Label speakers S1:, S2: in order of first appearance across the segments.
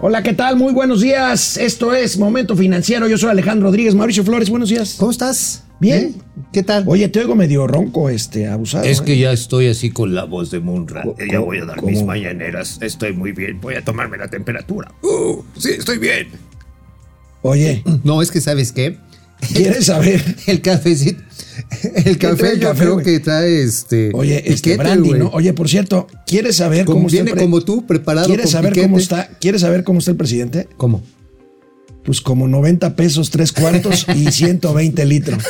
S1: Hola, ¿qué tal? Muy buenos días. Esto es Momento Financiero. Yo soy Alejandro Rodríguez. Mauricio Flores, buenos días.
S2: ¿Cómo estás?
S1: Bien.
S2: ¿Eh? ¿Qué tal?
S1: Oye, te oigo medio ronco, este, abusado.
S3: Es
S1: ¿eh?
S3: que ya estoy así con la voz de Munra. Eh,
S1: Co-
S3: Ya
S1: co-
S3: voy a dar
S1: ¿cómo?
S3: mis mañaneras. Estoy muy bien. Voy a tomarme la temperatura. Uh, sí, estoy bien.
S1: Oye,
S2: No, es que sabes qué.
S1: ¿quieres saber?
S2: El cafecito. El
S1: trae
S2: café,
S1: el
S2: yo
S1: café,
S2: creo
S1: güey?
S2: que trae este.
S1: Oye, este
S2: piquete,
S1: Brandy,
S2: güey.
S1: ¿no? Oye, por cierto, ¿quieres saber
S2: Como-
S1: cómo está el
S2: viene
S1: pre-
S2: como tú, preparado.
S1: ¿Quieres
S2: con
S1: saber
S2: piquete.
S1: cómo está? ¿Quieres saber cómo está el presidente?
S2: ¿Cómo?
S1: Pues como 90 pesos, tres cuartos y 120 litros.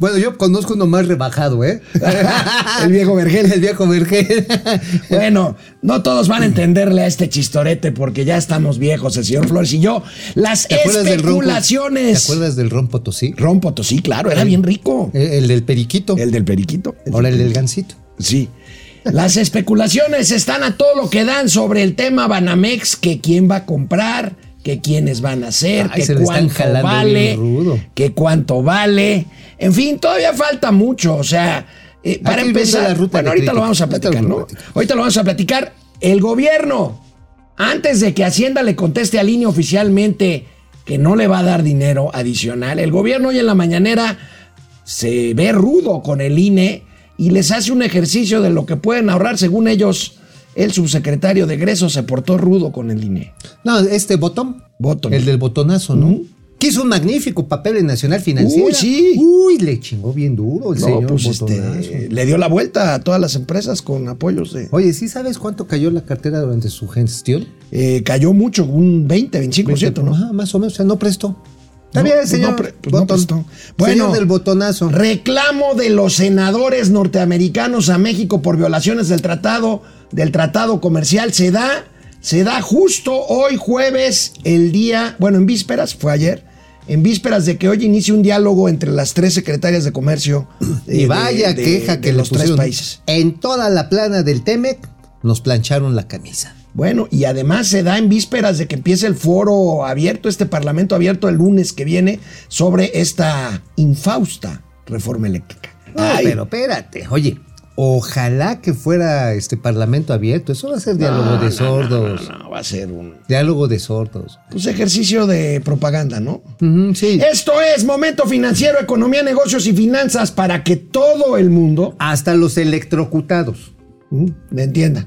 S2: bueno, yo conozco uno más rebajado, ¿eh?
S1: El viejo Vergel.
S2: El viejo Vergel.
S1: Bueno, no todos van a entenderle a este chistorete porque ya estamos viejos, el señor Flores y yo. Las
S2: ¿Te acuerdas del ron?
S1: especulaciones.
S2: ¿Te acuerdas del ron potosí?
S1: Ron Potosí, claro, era bien rico.
S2: El, el del periquito.
S1: El del periquito.
S2: Ahora el del gansito.
S1: Sí. Las especulaciones están a todo lo que dan sobre el tema Banamex, que quién va a comprar, que quiénes van a hacer,
S2: Ay,
S1: que
S2: se le están
S1: cuánto
S2: jalando
S1: vale,
S2: bien rudo.
S1: que cuánto vale. En fin, todavía falta mucho, o sea, eh, para
S2: viene
S1: empezar,
S2: la ruta
S1: bueno,
S2: de
S1: ahorita lo
S2: crítica.
S1: vamos a
S2: Ahorita lo
S1: platicar, ¿no?
S2: platicamos.
S1: Ahorita lo vamos a platicar. El gobierno, antes de que Hacienda le conteste a línea oficialmente que no le va a dar dinero adicional, el gobierno hoy en la mañanera se ve rudo con el INE y les hace un ejercicio de lo que pueden ahorrar según ellos. El subsecretario de egresos se portó rudo con el INE.
S2: No, este botón.
S1: Botón.
S2: El del botonazo, ¿no? Que hizo un magnífico papel en Nacional Financiera.
S1: Uy, sí.
S2: Uy, le chingó bien duro el
S1: No,
S2: señor
S1: pues, este,
S2: botonazo.
S1: le dio la vuelta a todas las empresas con apoyos de...
S2: Oye, ¿sí sabes cuánto cayó la cartera durante su gestión?
S1: eh, cayó mucho, un 20, 25%, ¿no?
S2: Ajá, más o menos, o sea, no prestó. Está
S1: No,
S2: bien,
S1: pues
S2: señor.
S1: no pre- pues no prestó. Bueno.
S2: Bueno, del botonazo.
S1: Reclamo de los senadores norteamericanos a México por violaciones del tratado del tratado comercial se da se da justo hoy jueves el día, bueno, en vísperas fue ayer, en vísperas de que hoy inicie un diálogo entre las tres secretarias de comercio eh,
S2: y
S1: de-
S2: vaya
S1: de-
S2: queja
S1: de
S2: que le
S1: los tres
S2: pusieron.
S1: países.
S2: En toda la plana del Temec nos plancharon la camisa.
S1: Bueno, y además se da en vísperas de que empiece el foro abierto, este parlamento abierto el lunes que viene sobre esta infausta reforma eléctrica.
S2: No,
S1: Ay,
S2: Ah, pero espérate, oye, ojalá que fuera este parlamento abierto. Eso va a ser diálogo de sordos.
S1: pues, No, no, va a ser un
S2: Diálogo de sordos.
S1: pues, ejercicio de propaganda, ¿no?
S2: Ujú, sí.
S1: Esto es Momento Financiero, Economía, Negocios y Finanzas para que todo el mundo
S2: Hasta los electrocutados.
S1: mm, me entienda.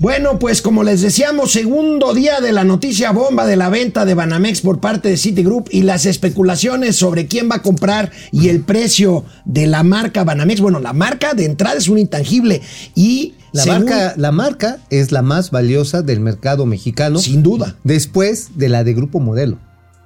S1: Bueno, pues como les decíamos, segundo día de la noticia bomba de la venta de Banamex por parte de Citigroup y las especulaciones sobre quién va a comprar y el precio de la marca Banamex. Bueno, la marca de entrada es un intangible y
S2: La
S1: según-
S2: marca, la marca es la más valiosa del mercado mexicano.
S1: sin duda,
S2: Después de la de Grupo Modelo.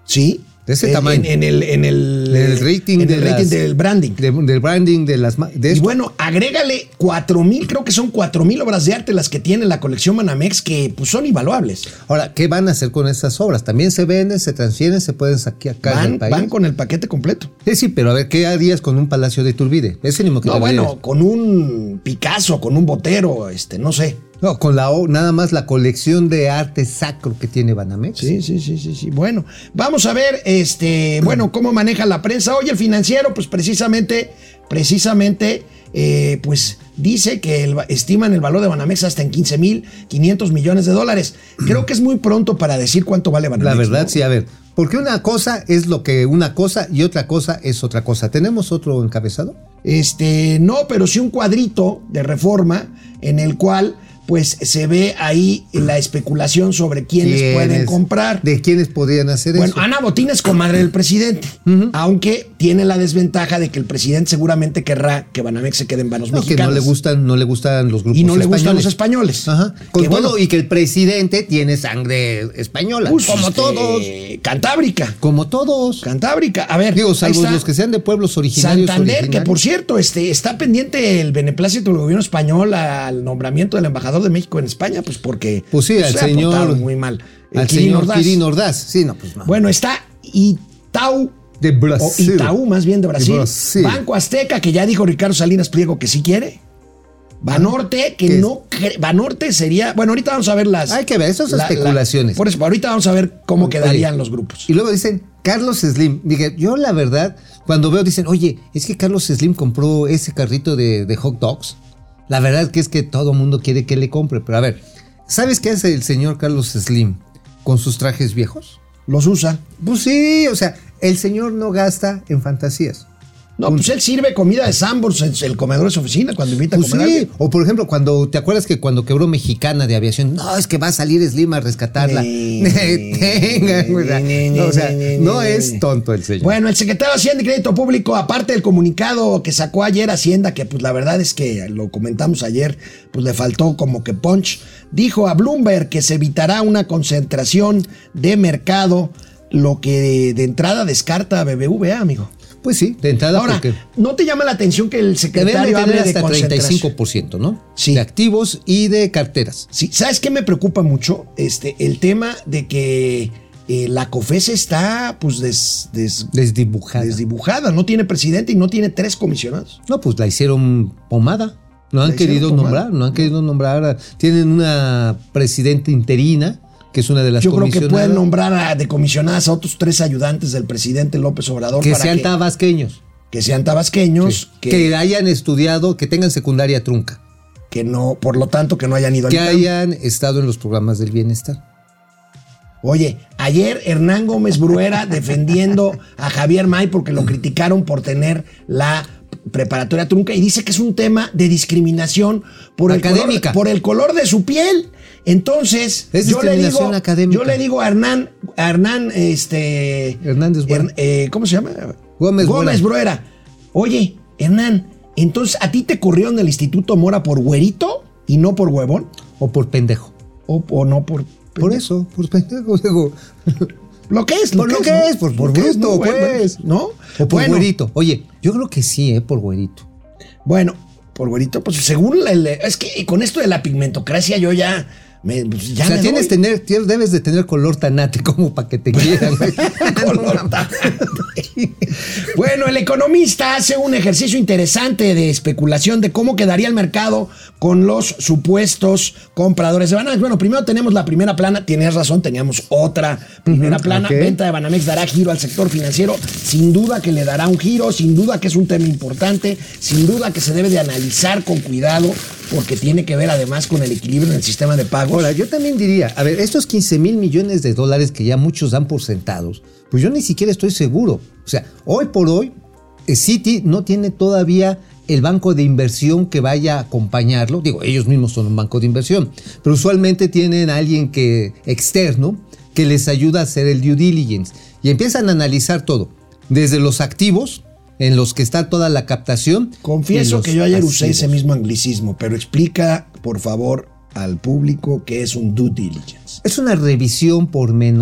S1: sí,
S2: De ese
S1: En-
S2: tamaño.
S1: en, en el en el,
S2: Del rating
S1: en
S2: de
S1: el rating
S2: las-
S1: del branding.
S2: de- del branding de las. ma- De
S1: Y
S2: esto.
S1: bueno, agrégale 4000, creo que son 4000 obras de arte las que tiene la colección Banamex que pues son invaluables.
S2: Ahora, ¿qué van a hacer con esas obras? También se venden, se transfieren, se pueden saquear acá en
S1: Van,
S2: el país.
S1: van con el paquete completo.
S2: Sí, sí, pero a ver, ¿qué harías con un palacio de Iturbide? Ese ni modo que
S1: No,
S2: te lo
S1: bueno,
S2: lleves.
S1: con un Picasso, con un Botero, este, no sé.
S2: No, con la o- nada más la colección de arte sacro que tiene Banamex.
S1: Sí, sí, sí, sí, sí. Bueno, vamos a ver, este, bueno, cómo maneja la prensa. Hoy el financiero, pues precisamente, precisamente, eh, pues dice que el va- estiman el valor de Banamex hasta en 15 mil 500 millones de dólares. Creo que es muy pronto para decir cuánto vale Banamex.
S2: La verdad,
S1: ¿no?
S2: sí, a ver. Porque una cosa es lo que una cosa y otra cosa es otra cosa. ¿Tenemos otro encabezado?
S1: Este, no, pero sí un cuadrito de reforma en el cual pues se ve ahí la especulación sobre quiénes, pueden
S2: ¿Quiénes?
S1: comprar.
S2: ¿De quiénes podrían hacer
S1: bueno,
S2: eso?
S1: Ana Botín es comadre del presidente, aunque tiene la desventaja de que el presidente seguramente querrá que Banamex se quede en manos
S2: No, que
S1: mexicanas.
S2: no le gustan, no le gustan los grupos
S1: y no le
S2: españoles.
S1: gustan los españoles.
S2: Ajá. Con
S1: Que
S2: todo,
S1: bueno,
S2: y que el presidente tiene sangre española.
S1: pues,
S2: como
S1: este,
S2: todos.
S1: Cantábrica.
S2: Como todos.
S1: Cantábrica. A ver,
S2: Digo,
S1: ahí
S2: salvo
S1: está.
S2: los que sean de pueblos originarios.
S1: Santander, que
S2: originarios.
S1: por cierto, este, está pendiente el beneplácito del gobierno español al nombramiento del embajador de México en España, pues porque
S2: Pues sí,
S1: pues,
S2: al
S1: se ha portado
S2: señor.
S1: muy mal. El
S2: Al
S1: Quirino
S2: señor
S1: Ordaz.
S2: Quirino Ordaz. Sí, no, pues no.
S1: Bueno, está Itau
S2: De
S1: O
S2: Brasil.
S1: Itaú, más bien de Brasil.
S2: De Brasil.
S1: Banco Azteca, que ya dijo Ricardo Salinas Pliego que sí quiere. Banorte, que
S2: ¿Qué es?
S1: no cre- Banorte sería. Bueno, ahorita vamos a ver las.
S2: Hay que ver, eso son especulaciones.
S1: por eso, ahorita vamos a ver cómo quedarían
S2: Oye,
S1: los grupos.
S2: Y luego dicen, Carlos Slim. Dije, yo la verdad, cuando veo, dicen, oye, es que Carlos Slim compró ese carrito de, de hot dogs. La verdad que es que todo mundo quiere que le compre. Pero a ver, ¿sabes qué hace el señor Carlos Slim con sus trajes viejos?
S1: Los usa.
S2: Pues sí, o sea, el señor no gasta en fantasías.
S1: No, pues él sirve comida de Sambors en el comedor de su oficina cuando invita
S2: Pues
S1: a comer. a
S2: sí.
S1: alguien.
S2: O por ejemplo, cuando te acuerdas que cuando quebró Mexicana de aviación, no, es que va a salir Slim a rescatarla.
S1: Ni-
S2: Tenga,
S1: ni-
S2: ¿verdad?
S1: ni- ni-
S2: No, o sea,
S1: ni-
S2: no
S1: ni-
S2: es tonto el señor.
S1: Bueno, el secretario de Hacienda y Crédito Público, aparte del comunicado que sacó ayer Hacienda, que pues la verdad es que lo comentamos ayer, pues le faltó como que punch, dijo a Bloomberg que se evitará una concentración de mercado, lo que de entrada descarta a BBVA, amigo.
S2: Pues sí, de entrada
S1: Ahora,
S2: porque
S1: ¿no te llama la atención que el
S2: deben de
S1: secretario
S2: tener
S1: hable de
S2: hasta
S1: concentración?
S2: 35%, ¿no?
S1: Sí.
S2: De activos y de carteras.
S1: Sí, ¿sabes qué me preocupa mucho? Este, el tema de que eh, la COFESE está pues des- des-
S2: Desdibujada.
S1: desdibujada, no tiene presidente y no tiene tres comisionados.
S2: No, pues la hicieron pomada. No han
S1: La hicieron
S2: querido
S1: pomada.
S2: nombrar, no han querido nombrar. a- Tienen una presidenta interina, que es una de las
S1: Yo creo que pueden
S2: comisionadas,
S1: nombrar a- de comisionadas a otros tres ayudantes del presidente López Obrador
S2: que
S1: para
S2: sean
S1: que,
S2: tabasqueños.
S1: que sean tabasqueños,
S2: que,
S1: que,
S2: hayan estudiado, que tengan secundaria trunca,
S1: que no, por lo tanto, que no hayan ido al
S2: que
S1: ITAM.
S2: hayan estado en los programas del bienestar.
S1: Oye, ayer Hernán Gómez Bruera defendiendo a Javier May porque lo criticaron por tener la preparatoria trunca y dice que es un tema de discriminación por, el color,
S2: Académica.
S1: por el color de su piel. Entonces,
S2: Es
S1: yo le
S2: discriminación
S1: digo,
S2: académica.
S1: yo le digo a Hernán, a Hernán, este,
S2: Hernández Bruera.
S1: Hern- eh, ¿cómo se llama?
S2: Gómez
S1: Bruera. Oye, Hernán, entonces a ti te corrieron del Instituto Mora por güerito y no por huevón
S2: O por pendejo.
S1: o, o no por
S2: Por eso, por pendejo. digo.
S1: lo que es,
S2: Por lo que
S1: ¿no?
S2: es, por- por
S1: Lo que es,
S2: bruto,
S1: ¿no? Bueno,
S2: pues.
S1: ¿No?
S2: O por
S1: bueno,
S2: güerito. Oye, yo creo que sí, ¿eh? Por güerito.
S1: Bueno, por güerito, pues según la- la- es que con esto de la pigmentocracia yo ya me pues, ya
S2: o sea,
S1: me
S2: tienes
S1: doy.
S2: tener, tienes- debes de tener color tanate como para que te quieran. güey.
S1: Color tan- bueno, el economista hace un ejercicio interesante de especulación de cómo quedaría el mercado con los supuestos compradores de Banamex. Bueno, primero tenemos la primera plana, tienes razón, teníamos otra primera plana.
S2: ok.
S1: Venta de Banamex dará giro al sector financiero, sin duda que le dará un giro, sin duda que es un tema importante, sin duda que se debe de analizar con cuidado porque tiene que ver además con el equilibrio en el sistema de pagos.
S2: Ahora, yo también diría, a ver, estos 15 mil millones de dólares que ya muchos dan por sentados, pues yo ni siquiera estoy seguro. O sea, hoy por hoy, eh, Citi no tiene todavía el banco de inversión que vaya a acompañarlo. Digo, ellos mismos son un banco de inversión, pero usualmente tienen a alguien que, externo que les ayuda a hacer el due diligence y empiezan a analizar todo, desde los activos en los que está toda la captación. y
S1: Confieso
S2: los
S1: que yo ayer usé
S2: pasivos.
S1: ese mismo anglicismo, pero explica, por favor, al público qué es un due diligence.
S2: Es una revisión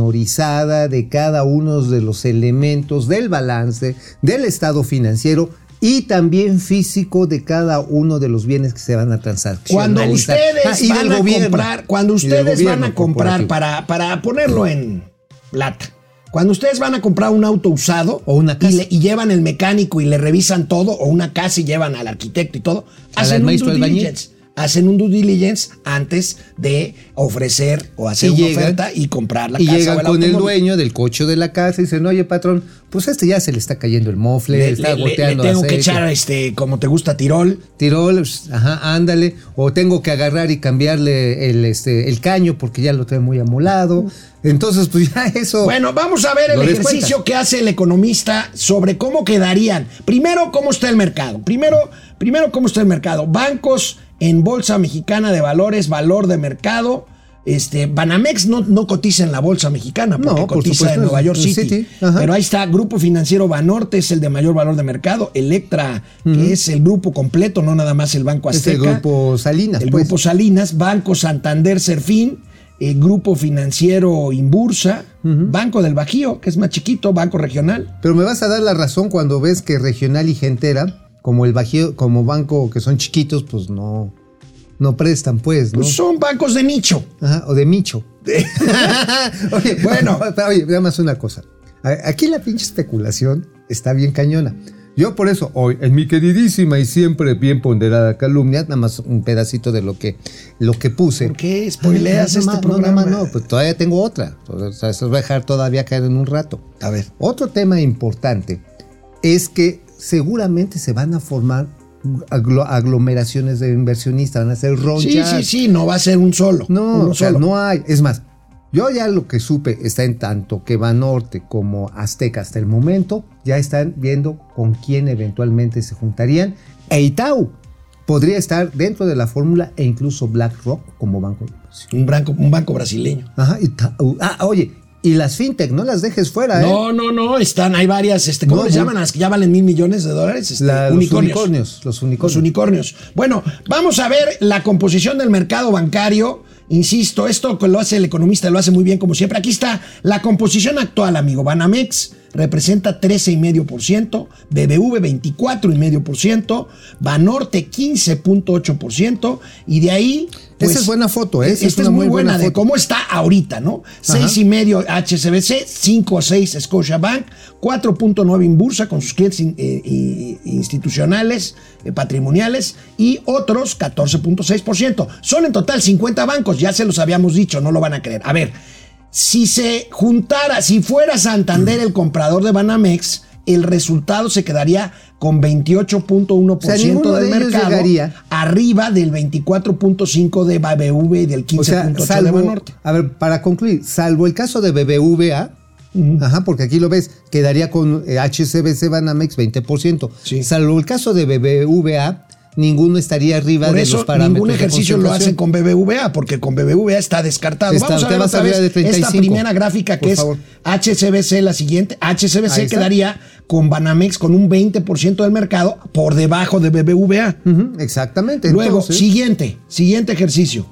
S2: pormenorizada de cada uno de los elementos del balance, del estado financiero y también físico de cada uno de los bienes que se van a transaccionar.
S1: Cuando ustedes
S2: Ah, y del
S1: van a
S2: gobierno.
S1: comprar, cuando
S2: Y del
S1: ustedes van
S2: gobierno
S1: a comprar
S2: corporativo.
S1: para, para ponerlo en plata. Cuando ustedes van a comprar un auto usado
S2: O una casa.
S1: Y, le- y llevan el mecánico y le revisan todo, o una casa y llevan al arquitecto y todo,
S2: Al
S1: hacen un
S2: maestro
S1: due
S2: albañil.
S1: diligence. Hacen un due diligence antes de ofrecer o hacer
S2: Y
S1: una
S2: llegan-
S1: oferta y comprar la
S2: y
S1: casa.
S2: llegan
S1: o el
S2: con el
S1: automóvil.
S2: dueño del coche o de la casa y dicen, oye patrón, pues a este ya se le está cayendo el mofle,
S1: Le,
S2: está
S1: le- le- le
S2: goteando
S1: tengo que
S2: aceite".
S1: echar este, como te gusta, tirol.
S2: Tiró, pues, ajá, ándale, o tengo que agarrar y cambiarle el, este, el caño porque ya lo trae muy amolado. Entonces, pues ya eso.
S1: Bueno, vamos a ver el
S2: No les
S1: ejercicio
S2: cuentas.
S1: que hace el economista sobre cómo quedarían. Primero, cómo está el mercado. Primero, primero cómo está el mercado. Bancos en Bolsa Mexicana de Valores, valor de mercado. Este, Banamex no, no cotiza en la Bolsa Mexicana porque
S2: No, por
S1: cotiza
S2: supuesto,
S1: en Nueva York
S2: en
S1: City.
S2: City, ajá.
S1: Pero ahí está Grupo Financiero Banorte, es el de mayor valor de mercado. Electra, que es el grupo completo, no nada más el Banco
S2: Es el
S1: Azteca.
S2: grupo Salinas.
S1: El
S2: pues.
S1: Grupo Salinas, Banco Santander Serfín, el Grupo Financiero Imbursa, Banco del Bajío, que es más chiquito, Banco Regional.
S2: Pero me vas a dar la razón cuando ves que regional y gentera, como el bajío, como banco que son chiquitos, pues no, no prestan, pues, ¿no?
S1: Pues son bancos de nicho.
S2: Ajá, o de Micho. oye,
S1: Bueno.
S2: bueno, oye, nada más una cosa. A- Aquí la pinche especulación está bien cañona. Yo por eso hoy, en mi queridísima y siempre bien ponderada calumnia, nada más un pedacito de lo que, lo que puse.
S1: ¿Por qué spoileas
S2: Ay, nada
S1: este
S2: más,
S1: programa?
S2: No, nada más no, pues todavía tengo otra. O sea, se los voy a dejar todavía caer en un rato.
S1: A ver.
S2: Otro tema importante es que seguramente se van a formar aglo- aglomeraciones de inversionistas, van a ser
S1: Sí,
S2: ronchas.
S1: sí, sí, no va a ser un solo.
S2: No,
S1: uno
S2: o sea,
S1: solo.
S2: no hay. Es más, yo ya lo que supe está en tanto que Banorte como Azteca hasta el momento ya están viendo con quién eventualmente se juntarían. E Itaú podría estar dentro de la fórmula e incluso BlackRock como banco de inversión.
S1: Un, banco, un banco brasileño.
S2: Ajá, Itaú. Ah, oye, y las fintech, no las dejes fuera, ¿eh?
S1: No, no, no, están, hay varias, este, ¿cómo
S2: No,
S1: les
S2: muy-
S1: llaman? Las que ya valen mil millones de dólares. Este,
S2: La-
S1: unicornios.
S2: Los unicornios. Los
S1: Los
S2: unicornios.
S1: unicornios. Bueno, vamos a ver la composición del mercado bancario. Insisto, esto que lo hace el economista, lo hace muy bien como siempre. Aquí está la composición actual, amigo. Banamex representa 13,5%, BBV 24,5%, Banorte 15,8% y de ahí... pues, e-,
S2: Esa es buena foto, ¿eh? Esa
S1: Esta es, muy buena, de
S2: foto.
S1: cómo está ahorita, ¿no? 6,5 HCBC, 5,6 Scotiabank, 4,9 Inbursa con sus clientes in- eh, i- institucionales, eh, patrimoniales y otros 14,6%. Son en total 50 bancos, ya se los habíamos dicho, no lo van a creer. A ver, si se juntara, si fuera Santander el comprador de Banamex, el resultado se quedaría con 28.1%
S2: O sea, ninguno
S1: del
S2: de ellos
S1: mercado
S2: llegaría.
S1: arriba del 24.5 de BBV y del
S2: O sea,
S1: 15.8 de
S2: salvo,
S1: Banorte.
S2: a ver, para concluir, salvo el caso de BBVA, ajá, porque aquí lo ves, quedaría con eh, HCBC Banamex 20%.
S1: Sí.
S2: Salvo el caso de BBVA, ninguno estaría arriba
S1: Por
S2: de
S1: eso
S2: los parámetros.
S1: ningún
S2: de
S1: ejercicio lo hacen
S2: concentración.
S1: con BBVA, porque con BBVA está descartado.
S2: Está-
S1: Vamos a
S2: te
S1: ver
S2: vas
S1: otra
S2: arriba
S1: vez
S2: de
S1: esta
S2: 35,
S1: primera gráfica que
S2: por
S1: es
S2: favor.
S1: HCBC, la siguiente.
S2: Ahí
S1: HCBC
S2: está.
S1: quedaría con Banamex con un 20% del mercado por debajo de BBVA.
S2: Ujú, exactamente.
S1: Luego,
S2: entonces-
S1: siguiente, siguiente ejercicio.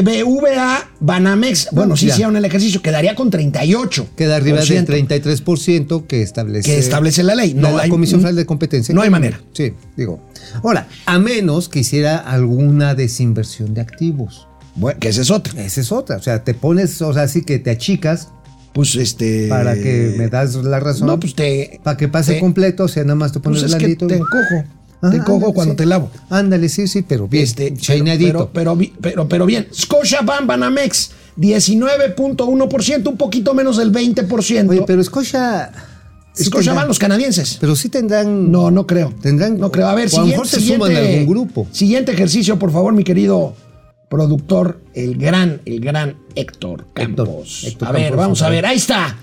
S1: BBVA, Banamex. Bueno, sí
S2: ya.
S1: hicieron el ejercicio, quedaría con 38.
S2: Queda arriba del
S1: 30
S2: 33% que establece,
S1: Que establece la ley. No
S2: la
S1: hay-
S2: Comisión Federal de Competencia.
S1: no hay manera.
S2: Sí, digo. Ahora, a menos que hiciera alguna desinversión de activos.
S1: Bueno, que ese es otro.
S2: Esa es otra. O sea, te pones, o sea, así que te achicas
S1: Pues este.
S2: para que me das la razón.
S1: No, pues te.
S2: Para que pase
S1: te-
S2: completo, o sea, nada más te
S1: Pues
S2: pones
S1: es que
S2: blandito.
S1: te encojo.
S2: Ajá,
S1: te encojo
S2: ándale,
S1: cuando
S2: sí.
S1: te lavo.
S2: Ándale, sí, sí, pero bien.
S1: Este,
S2: chainadito.
S1: Pero, pero, vi- pero, pero bien. Scotia Banamex, 19.1%, un poquito menos del 20%.
S2: Oye, pero Scotia. sí
S1: Scotiabank,
S2: tendrán-
S1: los canadienses.
S2: Pero sí tendrán.
S1: No, no creo.
S2: Tendrán-
S1: No creo. A ver,
S2: o a lo mejor se suman a algún grupo.
S1: Siguiente ejercicio, por favor, mi querido productor, el gran, el gran Héctor
S2: Héctor,
S1: Campos.
S2: Héctor
S1: a ver,
S2: Campos,
S1: vamos a
S2: otra
S1: ver. Ahí está.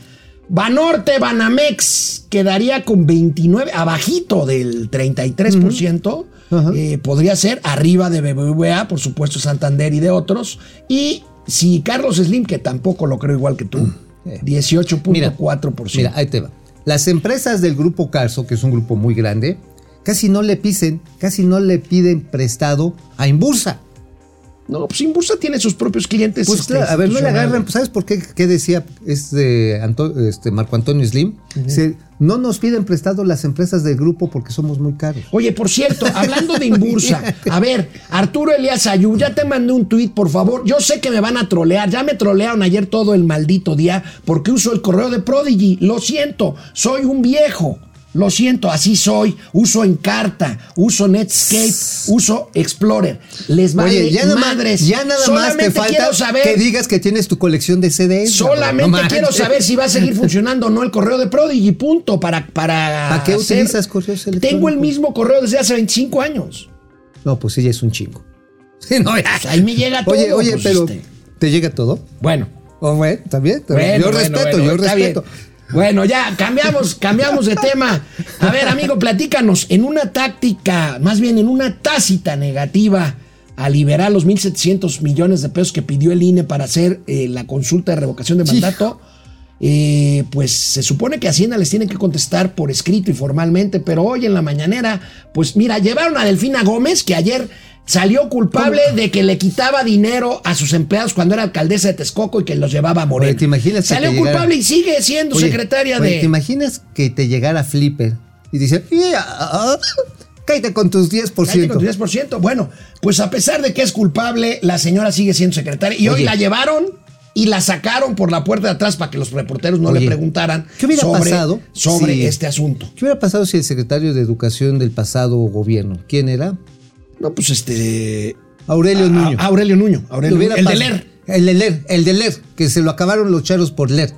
S1: Banorte, Banamex quedaría con 29, abajito del 33%.
S2: Ajá.
S1: Eh, podría ser arriba de BBVA, por supuesto, Santander y de otros. Y si Carlos Slim, que tampoco lo creo igual que tú,
S2: Eh.
S1: 18.4%.
S2: Mira, ahí te va. Las empresas del grupo Carso, que es un grupo muy grande, casi no le pisen, casi no le piden prestado a Inbursa.
S1: No, pues Inbursa tiene sus propios clientes.
S2: Pues
S1: este,
S2: claro, a ver, no le
S1: institucionales.
S2: agarran. pues. ¿Sabes por qué, qué decía este, Anto- este Marco Antonio Slim? Dice, no nos piden prestado las empresas del grupo porque somos muy caros.
S1: Oye, por cierto, hablando de Inbursa, a ver, Arturo Elías Ayú, ya te mandé un tuit, por favor. Yo sé que me van a trolear, ya me trolearon ayer todo el maldito día porque uso el correo de Prodigy. Lo siento, soy un viejo. Lo siento, así soy. Uso Encarta, uso Netscape, uso Explorer. Les vale
S2: Oye, ya nada, más-
S1: madres.
S2: ya nada más te
S1: Solamente
S2: falta
S1: quiero saber
S2: que digas que tienes tu colección de CDs.
S1: Solamente quiero saber si va a seguir funcionando o no el correo de Prodigy, punto, para... ¿Para,
S2: ¿Para qué
S1: hacer-
S2: utilizas correos
S1: Tengo
S2: electrónicos?
S1: el mismo correo desde hace 25 años. Pues
S2: No, pues ella es un chingo. Sí, no, ya.
S1: Ahí me llega todo.
S2: Oye, oye,
S1: pues,
S2: pero
S1: este.
S2: ¿te llega todo?
S1: Bueno,
S2: Oh, bueno, también.
S1: bueno,
S2: yo
S1: bueno,
S2: respeto,
S1: bueno,
S2: yo
S1: está
S2: respeto.
S1: bien. Bueno, ya, cambiamos, cambiamos de tema. A ver, amigo, platícanos. En una táctica, más bien en una tácita negativa a liberar los 1.700 millones de pesos que pidió el INE para hacer eh, la consulta de revocación de mandato, eh, pues se supone que Hacienda les tiene que contestar por escrito y formalmente, pero hoy en la mañanera, pues mira, llevaron a Delfina Gómez, que ayer salió culpable de que le quitaba dinero a sus empleados cuando era alcaldesa de Texcoco y que los llevaba a Morena.
S2: Oye, ¿te imaginas que
S1: Salió
S2: te llegara-
S1: culpable y sigue siendo
S2: Oye,
S1: secretaria
S2: oye,
S1: de.
S2: ¿Te imaginas que te llegara Flipper y dice, "Ya, ah, cállate con tus 10%?
S1: Cállate con tu 10%. Bueno, pues a pesar de que es culpable, la señora sigue siendo secretaria. Y hoy
S2: Oye.
S1: la llevaron y la sacaron por la puerta de atrás para que los reporteros no
S2: Oye,
S1: le preguntaran
S2: ¿qué hubiera
S1: sobre,
S2: pasado
S1: sobre
S2: si-
S1: este asunto.
S2: ¿Qué hubiera pasado si el secretario de Educación del pasado gobierno, quién era?
S1: No, pues este.
S2: Aurelio
S1: A-
S2: Nuño.
S1: a- Aurelio Nuño. Aurelio
S2: Hubiera
S1: Nuño, El de
S2: pas-
S1: Ler.
S2: El de Ler, el de Ler, que se lo acabaron los charos por Ler.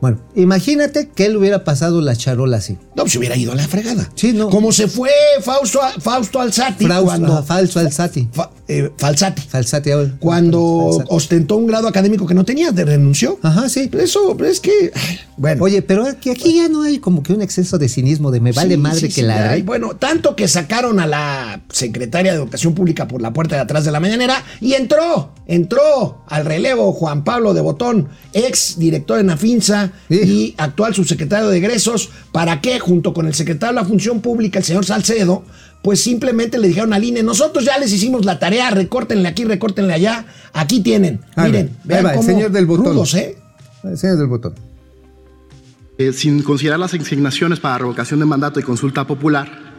S2: Bueno, imagínate que él hubiera pasado la charola así.
S1: No, pues se hubiera ido a la fregada.
S2: Sí, no.
S1: Como se fue Fausto, a- Fausto Alzati
S2: Frausto,
S1: cuando.
S2: ajá, falso alzati.
S1: Fa- eh, Falsati.
S2: Falsate ahora.
S1: Cuando
S2: Falsate.
S1: ostentó un grado académico que no tenía, de renunció.
S2: Ajá, sí.
S1: Eso es que. ay, Bueno.
S2: Oye, pero aquí, aquí ya no hay como que un exceso de cinismo de me vale
S1: Sí,
S2: madre
S1: sí,
S2: que
S1: sí,
S2: la
S1: ay, Bueno, tanto que sacaron a la secretaria de Educación Pública por la puerta de atrás de la mañanera y entró, entró al relevo Juan Pablo de Botón, ex director de Nafinsa
S2: Sí.
S1: y actual subsecretario de Egresos, para que junto con el secretario de la Función Pública, el señor Salcedo, pues simplemente le dijeron al INE, nosotros ya les hicimos la tarea, recórtenle aquí, recórtenle allá, aquí tienen,
S2: Ahí va,
S1: miren,
S2: ahí
S1: vean
S2: va, el
S1: cómo
S2: señor del Botón.
S1: rudos, ¿eh?
S2: Señor del botón.
S4: Eh, sin considerar las asignaciones para revocación de mandato y consulta popular,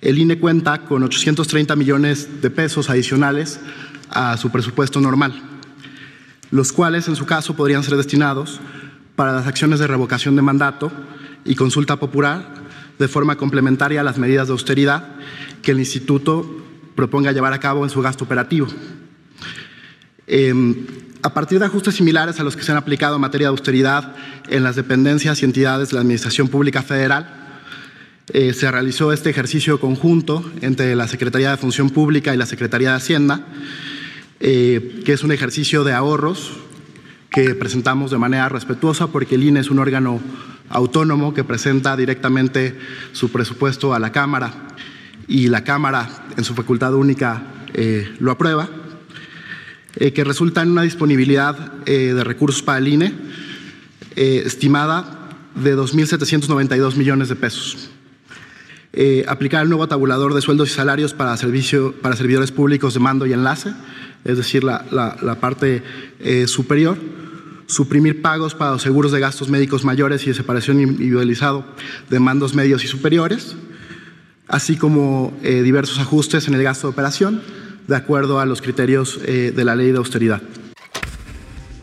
S4: el INE cuenta con 830 millones de pesos adicionales a su presupuesto normal, los cuales en su caso podrían ser destinados para las acciones de revocación de mandato y consulta popular de forma complementaria a las medidas de austeridad que el instituto proponga llevar a cabo en su gasto operativo. Eh, a partir de ajustes similares a los que se han aplicado en materia de austeridad en las dependencias y entidades de la Administración Pública Federal, eh, se realizó este ejercicio conjunto entre la Secretaría de Función Pública y la Secretaría de Hacienda, eh, que es un ejercicio de ahorros que presentamos de manera respetuosa porque el INE es un órgano autónomo que presenta directamente su presupuesto a la Cámara y la Cámara en su facultad única eh, lo aprueba eh, que resulta en una disponibilidad eh, de recursos para el INE eh, estimada de 2.792 millones de pesos. Eh, aplicar el nuevo tabulador de sueldos y salarios para, servicio, para servidores públicos de mando y enlace, es decir, la, la- la parte eh, superior. Suprimir pagos para los seguros de gastos médicos mayores y de separación individualizado de mandos medios y superiores así como eh, diversos ajustes en el gasto de operación, de acuerdo a los criterios eh, de la ley de austeridad.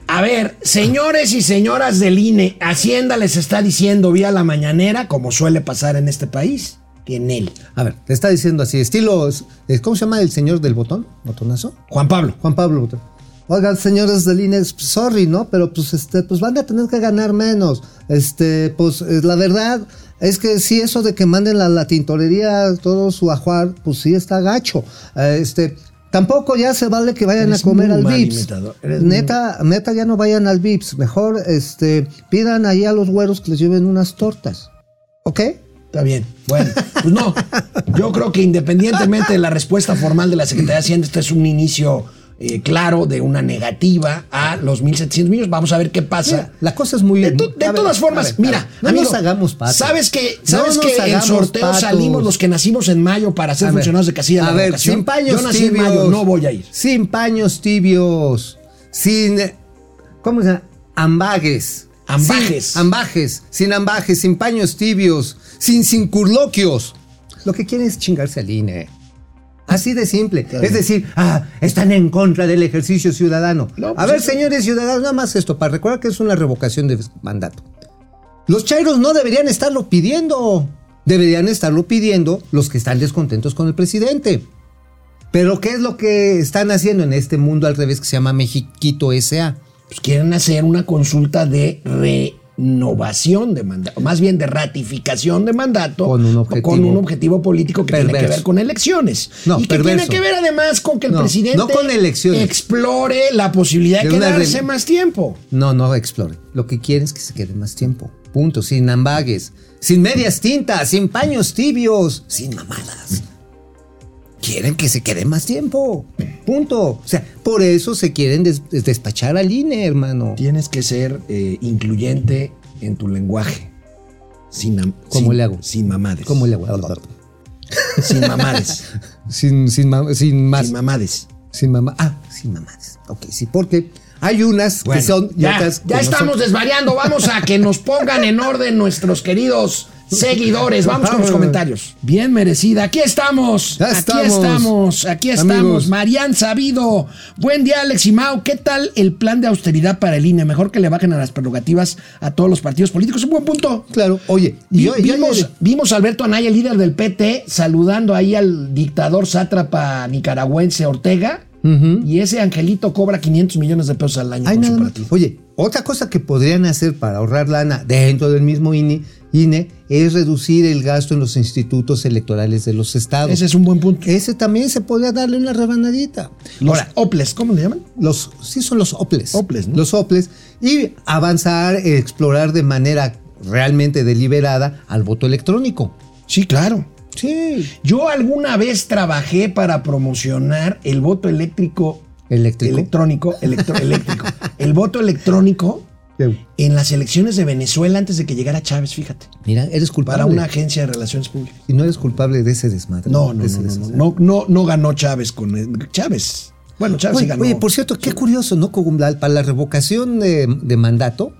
S1: A ver, señores y señoras del INE, Hacienda les está diciendo vía la mañanera, como suele pasar en este país, que en él.
S2: A ver, te está diciendo así, estilo. eh, ¿Cómo se llama el señor del botón? ¿Botonazo?
S1: Juan Pablo.
S2: Juan Pablo Botón. Oigan, señores del INE, pues, sorry, ¿no? Pero pues este, pues van a tener que ganar menos. Este, pues eh, la verdad es que sí, eso de que manden la, la tintorería todo su ajuar, pues sí está gacho. Eh, Este, tampoco ya se vale que vayan
S1: Eres
S2: a comer
S1: muy
S2: al
S1: mal
S2: VIPS.
S1: imitador, eres muy-
S2: Neta, neta, ya no vayan al VIPS. Mejor, este, pidan ahí a los güeros que les lleven unas tortas. ¿Ok?
S1: Está bien. Bueno, pues no. Yo creo que independientemente de la respuesta formal de la Secretaría de Hacienda, este es un inicio eh, claro de una negativa a los 1.700 millones. Vamos a ver qué pasa.
S2: Mira, la cosa es muy.
S1: De, to- de
S2: a ver,
S1: todas formas,
S2: a ver, a
S1: mira,
S2: ver, no
S1: amigo,
S2: nos hagamos patos.
S1: Sabes que,
S2: No
S1: sabes
S2: nos
S1: que el
S2: hagamos
S1: sorteo
S2: patos.
S1: salimos los que nacimos en mayo para ser
S2: A ver,
S1: funcionarios de casilla de
S2: A
S1: la
S2: ver,
S1: Educación.
S2: sin paños
S1: Yo nací
S2: tibios.
S1: en mayo, no voy a ir.
S2: Sin paños tibios. Sin. eh, ¿Cómo se llama? Ambagues.
S1: Ambajes.
S2: Sin ambajes. Sin ambajes, sin paños tibios. Sin sincurloquios. Lo que quieren es chingarse al INE. Así de simple. Es decir, ah, están en contra del ejercicio ciudadano.
S1: No, pues
S2: a ver,
S1: eso-
S2: señores ciudadanos, nada más esto, para recordar que es una revocación de mandato. Los chairos no deberían estarlo pidiendo. Deberían estarlo pidiendo los que están descontentos con el presidente. Pero ¿qué es lo que están haciendo en este mundo al revés que se llama Mexiquito S.A.?
S1: pues, quieren hacer una consulta de renovación de mandato, más bien de ratificación de mandato
S2: Con un objetivo
S1: con un objetivo político que tiene que
S2: perverso.
S1: ver con elecciones.
S2: No,
S1: y que
S2: perverso.
S1: tiene que ver además con que el
S2: No,
S1: presidente
S2: no con elecciones.
S1: explore la posibilidad de,
S2: De una re-
S1: quedarse más tiempo.
S2: No, no explore. Lo que quieren es que se quede más tiempo. Punto. Sin ambagues. Sin medias tintas. Sin paños tibios. Sin mamadas. Quieren que se quede más tiempo. Punto. O sea, por eso se quieren des- despachar al INE, hermano.
S1: Tienes que ser eh, incluyente en tu lenguaje. Sin, am-
S2: ¿Cómo
S1: sin-
S2: le hago?
S1: Sin mamades.
S2: ¿Cómo le hago?
S1: Sin mamades.
S2: Sin, sin, ma- sin más.
S1: sin mamades.
S2: Sin mamá. Ah, sin mamadas. Ok, sí, porque hay unas
S1: Bueno,
S2: que son. y
S1: ya,
S2: otras que
S1: ya
S2: no son.
S1: estamos desvariando. Vamos a que nos pongan en orden nuestros queridos seguidores. Vamos con los comentarios. Bien merecida. Aquí estamos.
S2: Ya
S1: Aquí
S2: estamos,
S1: estamos. Aquí estamos.
S2: amigos.
S1: Marian Sabido. Buen día, Alex y Mau. ¿Qué tal el plan de austeridad para el INE? Mejor que le bajen a las prerrogativas a todos los partidos políticos. Un buen punto.
S2: Claro, oye,
S1: Vi-
S2: yo, yo-
S1: vimos, vimos a Alberto Anaya, líder del PT, saludando ahí al dictador sátrapa nicaragüense Ortega. Y ese angelito cobra 500 millones de pesos al año
S2: Ay,
S1: con su
S2: nada más.
S1: partido.
S2: Oye, otra cosa que podrían hacer para ahorrar lana dentro del mismo E, INE, INE es reducir el gasto en los institutos electorales de los estados.
S1: Ese es un buen punto.
S2: Ese también se podría darle una rebanadita.
S1: Los
S2: Ahora,
S1: Oples, ¿cómo le llaman?
S2: los, sí son los OPLES.
S1: Oples, ¿no?
S2: Los OPLES. Y avanzar, eh, explorar de manera realmente deliberada al voto electrónico.
S1: Sí, claro.
S2: Sí.
S1: Yo alguna vez trabajé para promocionar el voto eléctrico,
S2: Eléctrico.
S1: electrónico, electro- eléctrico, el voto electrónico en las elecciones de Venezuela antes de que llegara Chávez, fíjate,
S2: Mira, eres culpable.
S1: para una agencia de relaciones públicas.
S2: Y no eres culpable de ese desmadre.
S1: No,
S2: de
S1: no,
S2: ese
S1: no, no, no,
S2: desmadre.
S1: no, no, no ganó Chávez con Chávez. Bueno, Chávez
S2: Oye,
S1: sí ganó.
S2: oye, por cierto, qué curioso, ¿no? Como la- Para la revocación de, de mandato,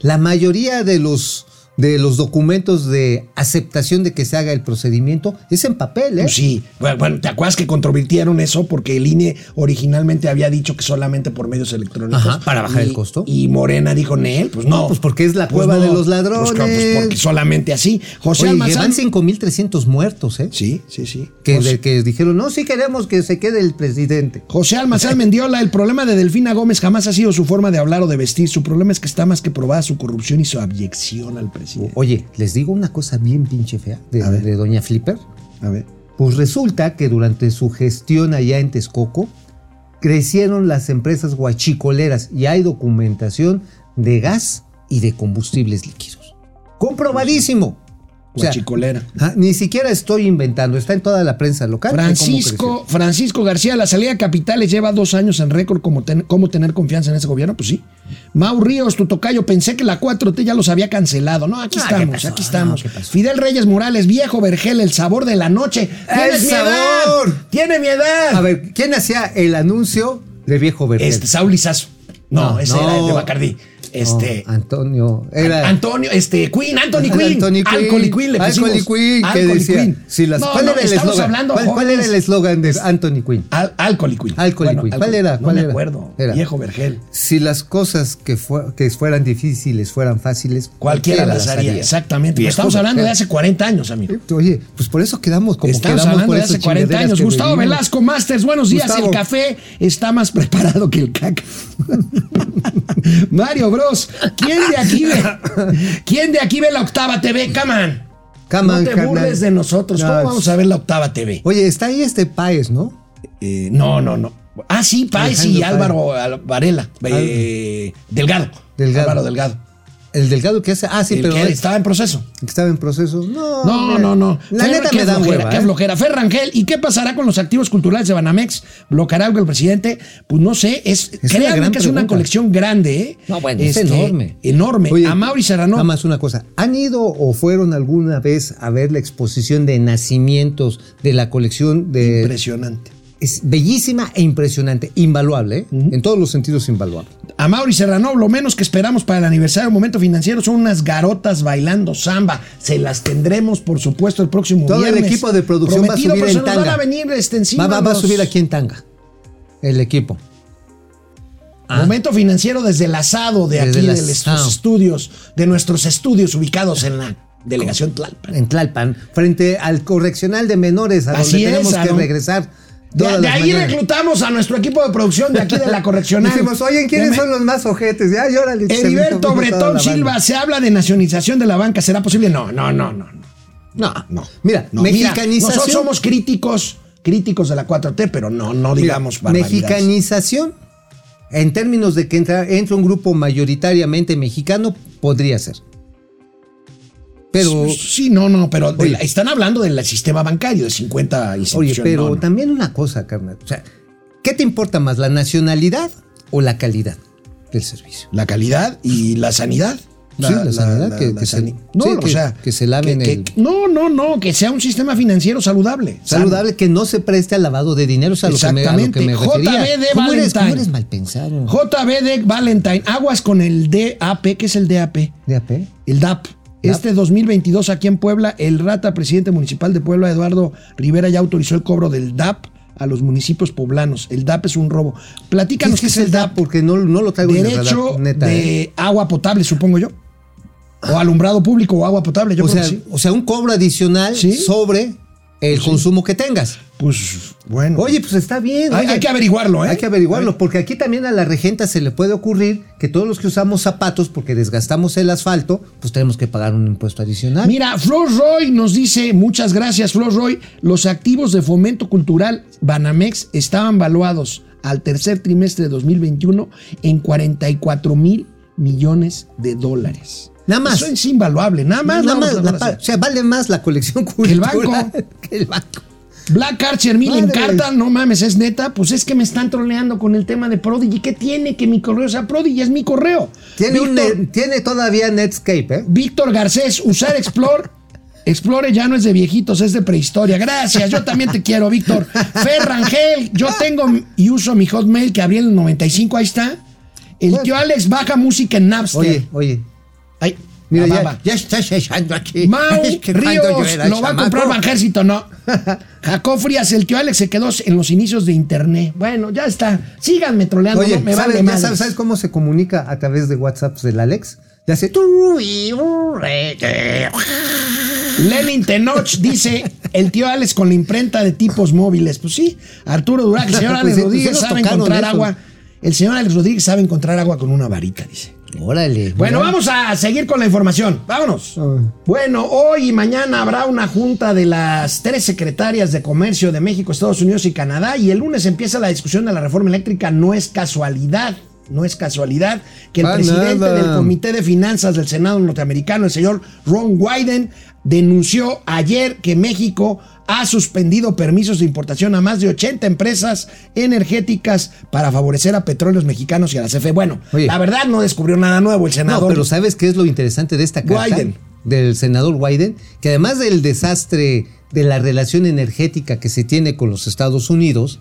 S2: la mayoría de los, de los documentos de aceptación de que se haga el procedimiento es en papel, ¿eh?
S1: Pues sí, bueno, bueno, ¿te acuerdas que controvirtieron eso? Porque el INE originalmente había dicho que solamente por medios electrónicos.
S2: Ajá, para bajar
S1: Y-
S2: el costo.
S1: Y Morena dijo, Nel, pues no.
S2: No, pues porque es la cueva de los ladrones.
S1: Pues, claro, pues porque solamente así. José
S2: Oye, que
S1: Almazán.
S2: van 5.300 muertos, ¿eh?
S1: Sí, sí, sí.
S2: Que,
S1: José,
S2: de- que dijeron, no, sí queremos que se quede el presidente.
S1: José Almazán Mendiola, el problema de Delfina Gómez jamás ha sido su forma de hablar o de vestir. Su problema es que está más que probada su corrupción y su abyección al presidente.
S2: Oye, les digo una cosa bien pinche fea de,
S1: A ver.
S2: de doña Flipper.
S1: A ver.
S2: Pues resulta que durante su gestión allá en Texcoco crecieron las empresas guachicoleras y hay documentación de gas y de combustibles líquidos. Comprobadísimo. O sea,
S1: Guachicolera.
S2: ah, ni siquiera estoy inventando, está en toda la prensa local. de cómo
S1: Francisco,
S2: creció.
S1: Francisco García, la salida a capitales lleva dos años en récord. ¿Cómo, ten- ¿Cómo tener confianza en ese gobierno? Pues sí. Mau Ríos, tu tocayo, pensé que la 4T ya los había cancelado. No, aquí
S2: Ah, ¿qué
S1: estamos,
S2: pasó?
S1: aquí estamos.
S2: No, ¿qué pasó?
S1: Fidel Reyes Morales, viejo vergel, el sabor de la noche. ¡Tiene
S2: ¡El
S1: mi
S2: sabor!
S1: edad! ¡Tiene mi edad!
S2: A ver, ¿quién hacía el anuncio de viejo verde?
S1: este, Saúl Lizazo. No,
S2: No,
S1: ese era el de
S2: no.
S1: Bacardí. Este,
S2: Antonio. Era,
S1: Antonio, este, Queen, Anthony Queen.
S2: Anthony Quinn.
S1: Alcohol y Queen le pusimos.
S2: Alcohol y Queen, que
S1: Alcohol y
S2: decía.
S1: Queen.
S2: si las-
S1: No,
S2: ¿Cuál
S1: no,
S2: era el
S1: estamos
S2: eslogan?
S1: hablando,
S2: ¿Cuál, cuál era
S1: jóvenes.
S2: el eslogan de Anthony Quinn?
S1: Al alcohol y Queen.
S2: Alcohol y Queen. ¿Cuál era?
S1: No
S2: ¿Cuál
S1: me
S2: era?
S1: acuerdo.
S2: Era.
S1: Viejo vergel.
S2: Si las cosas que, fue- que fueran difíciles fueran fáciles,
S1: Cualquiera las haría. Exactamente. Pero estamos hablando de hace 40 años, amigo.
S2: Oye, pues por eso quedamos como
S1: Estamos
S2: quedamos
S1: hablando
S2: por
S1: de
S2: esas
S1: hace 40
S2: chingaderas
S1: años.
S2: que
S1: Gustavo
S2: vivimos.
S1: Velasco, Masters, buenos días.
S2: Gustavo.
S1: El café está más preparado que el caca. Mario Bros, ¿quién de aquí ve? ¿Quién de aquí ve la octava TV? Caman.
S2: Come on,
S1: no te
S2: carnal.
S1: burles de nosotros. ¿Cómo
S2: No,
S1: vamos a ver la octava TV?
S2: Oye, está ahí este Paez, ¿no?
S1: Eh, no, no, no. Ah, sí, Páez
S2: Alejandro
S1: y Álvaro Al- Varela. eh, Delgado.
S2: Delgado.
S1: Álvaro Delgado.
S2: El delgado que hace. Ah, sí,
S1: el
S2: pero
S1: que
S2: que
S1: estaba en proceso.
S2: estaba en proceso. No,
S1: No,
S2: hombre.
S1: no, no.
S2: La
S1: Fer,
S2: neta
S1: qué
S2: me dan
S1: flojera,
S2: hueva.
S1: Qué
S2: ¿eh?
S1: flojera. Fer Rangel, ¿y qué pasará con los activos culturales de Banamex? ¿Bloqueará algo el presidente? Pues no sé. Es,
S2: una
S1: créanme
S2: gran
S1: que es una
S2: pregunta.
S1: colección grande, ¿eh?
S2: No, bueno, es enorme.
S1: Enorme.
S2: Oye,
S1: a Mauri Serrano.
S2: Nada más una cosa. ¿Han ido o fueron alguna vez a ver la exposición de nacimientos de la colección de.
S1: Impresionante.
S2: Es bellísima e impresionante. Invaluable, ¿eh? En todos los sentidos, invaluable.
S1: A Mauri Serrano, lo menos que esperamos para el aniversario del momento financiero son unas garotas bailando samba. Se las tendremos, por supuesto, el próximo
S2: Todo el
S1: viernes.
S2: equipo de producción va a
S1: Prometido,
S2: subir
S1: pero
S2: en
S1: se nos van
S2: tanga.
S1: a venir este,
S2: Va,
S1: encima
S2: va- va a
S1: los-
S2: subir aquí en tanga. El equipo. Ah.
S1: Momento financiero desde el asado de
S2: Desde
S1: aquí,
S2: el
S1: de nuestros
S2: asado.
S1: estudios, de nuestros estudios ubicados en la delegación Tlalpan.
S2: En Tlalpan, frente al correccional de menores, a
S1: Así
S2: donde
S1: es,
S2: tenemos
S1: a
S2: que
S1: donde-
S2: regresar.
S1: De,
S2: todas
S1: de
S2: las
S1: ahí
S2: mañanas.
S1: reclutamos a nuestro equipo de producción de aquí de la correccional.
S2: Dijimos, oye, ¿quiénes
S1: Deme-
S2: son los más ojetes? Ya, llórale. se me
S1: Heriberto
S2: comió toda la
S1: Bretón
S2: banda.
S1: Silva, se habla de nacionalización de la banca, ¿será posible? No, no, no, no. no.
S2: No,
S1: No.
S2: Mira,
S1: No, mira,
S2: mexicanización.
S1: nosotros somos críticos, críticos de la 4T, pero no, no digamos
S2: Mira,
S1: barbaridades.
S2: mexicanización, en términos de que entra, entra un grupo mayoritariamente mexicano, podría ser. Pero,
S1: Sí, no, no, pero de
S2: Oye.
S1: la- están hablando del sistema bancario de 50
S2: oye,
S1: instituciones.
S2: pero
S1: no, no.
S2: también una cosa, carnal. O sea, ¿qué te importa más, la nacionalidad o la calidad del servicio?
S1: La calidad y la sanidad.
S2: Sí, la sanidad, que- que se-
S1: sani-
S2: sí,
S1: no,
S2: que-
S1: o sea,
S2: que se laven
S1: que-
S2: el-
S1: que- no, no, no, que sea un sistema financiero saludable. sano.
S2: Saludable que no se preste al lavado de dinero, o sea, a lo que me, a lo que me
S1: Exactamente.
S2: refería.
S1: JB de
S2: ¿Cómo eres,
S1: Valentine.
S2: cómo eres mal pensado?
S1: JB de Valentine, aguas con el DAP, ¿qué es el DAP?
S2: ¿De AP?
S1: El DAP. Este 2022 aquí en Puebla, el rata presidente municipal de Puebla, Eduardo Rivera, ya autorizó el cobro del DAP a los municipios poblanos. El DAP es un robo. Platícanos qué, es el DAP.
S2: Porque no, no lo traigo en el
S1: Derecho
S2: radar, neta, ¿eh?
S1: de agua potable, supongo yo. O alumbrado público o agua potable, yo
S2: o,
S1: creo
S2: sea,
S1: que sí.
S2: o sea, un cobro adicional
S1: Sí.
S2: sobre el consumo que tengas.
S1: Pues bueno.
S2: Oye, pues está bien.
S1: hay,
S2: oye.
S1: hay que averiguarlo, ¿eh?
S2: Hay que averiguarlo, porque aquí también a la regenta se le puede ocurrir que todos los que usamos zapatos porque desgastamos el asfalto, pues tenemos que pagar un impuesto adicional.
S1: Mira, Flor Roy nos dice, muchas gracias Flor Roy, los activos de fomento cultural Banamex estaban valuados al tercer trimestre de 2021 en 44 mil millones de dólares.
S2: Nada más.
S1: Eso es invaluable, nada más.
S2: Nada
S1: vamos
S2: más,
S1: a
S2: la
S1: hablar
S2: pa-
S1: así.
S2: o sea, vale más la colección
S1: Que el
S2: cultural
S1: banco.
S2: que el banco.
S1: Black Archer mil en
S2: Madre.
S1: carta, no mames, es neta, pues es que me están troleando con el tema de Prodigy. ¿Qué tiene que mi correo sea Prodigy? Es mi correo.
S2: Tiene, un e-
S1: Víctor-
S2: net- tiene todavía Netscape, ¿eh?
S1: Víctor Garcés, usar Explore. Explore ya no es de viejitos, es de prehistoria. Gracias, yo también te quiero, Víctor. Ferrangel, yo tengo y uso mi Hotmail que abrí en el 95, ahí está. El tío Alex baja música en Napster.
S2: Pues- Oye, oye.
S1: Ay,
S2: Mira,
S1: la
S2: ya,
S1: baba.
S2: ya está echando aquí.
S1: Ah, Mau
S2: Es que cuando yo
S1: Ríos
S2: era
S1: lo va a
S2: chamaco-
S1: comprar Banjército, no. Jacob Frías, el tío Alex se quedó en los inicios de internet. Bueno, ya está. Síganme troleando,
S2: Oye,
S1: no me
S2: ¿sabes,
S1: vale
S2: ya
S1: madres.
S2: sabes- ¿sabes cómo se comunica a través de WhatsApp del Alex? Le hace... "Tú, y, uh, re, re".
S1: Lenin Tenoch dice el tío Alex con la imprenta de tipos móviles. Pues sí, Arturo Durac, el señor
S2: Pues
S1: Alex
S2: sí, pues
S1: Rodríguez
S2: sí nos
S1: sabe
S2: tocaron
S1: encontrar
S2: eso.
S1: agua. El señor Alex Rodríguez sabe encontrar agua con una varita, dice.
S2: Órale.
S1: Bueno,
S2: mira.
S1: vamos a seguir con la información. Vámonos. Bueno, hoy y mañana habrá una junta de las tres secretarias de comercio de México, Estados Unidos y Canadá. Y el lunes empieza la discusión de la reforma eléctrica. No es casualidad. No es casualidad que el
S2: Pa'
S1: presidente
S2: nada.
S1: del Comité de Finanzas del Senado norteamericano, el señor Ron Wyden, denunció ayer que México ha suspendido permisos de importación a más de 80 empresas energéticas para favorecer a petróleos mexicanos y a la CFE. Bueno,
S2: Oye.
S1: la verdad no descubrió nada nuevo el
S2: No,
S1: senador.
S2: pero ¿sabes qué es lo interesante de esta carta?
S1: Wyden.
S2: Del senador Wyden, que además del desastre de la relación energética que se tiene con los Estados Unidos,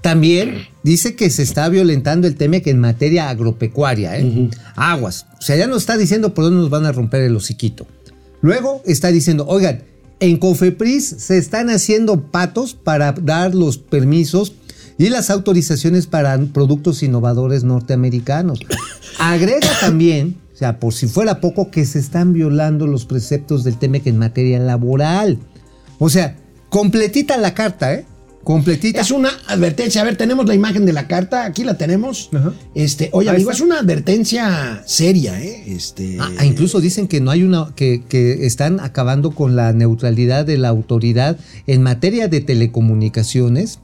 S2: también dice que se está violentando el tema que en materia agropecuaria, ¿eh? aguas. O sea, ya nos está diciendo por dónde nos van a romper el hociquito. Luego está diciendo, oigan, en Cofepris se están haciendo patos para dar los permisos y las autorizaciones para productos innovadores norteamericanos. Agrega también, o sea, por si fuera poco, que se están violando los preceptos del TEMEC en materia laboral. O sea, completita la carta, ¿eh? Completita.
S1: Es una advertencia. A ver, tenemos la imagen de la carta. Aquí la tenemos.
S2: Ajá.
S1: Este, oye,
S2: Ahí
S1: amigo,
S2: está.
S1: es una advertencia seria, ¿eh? Este,
S2: Ah, ah, incluso dicen que no hay una que, que están acabando con la neutralidad de la autoridad en materia de telecomunicaciones.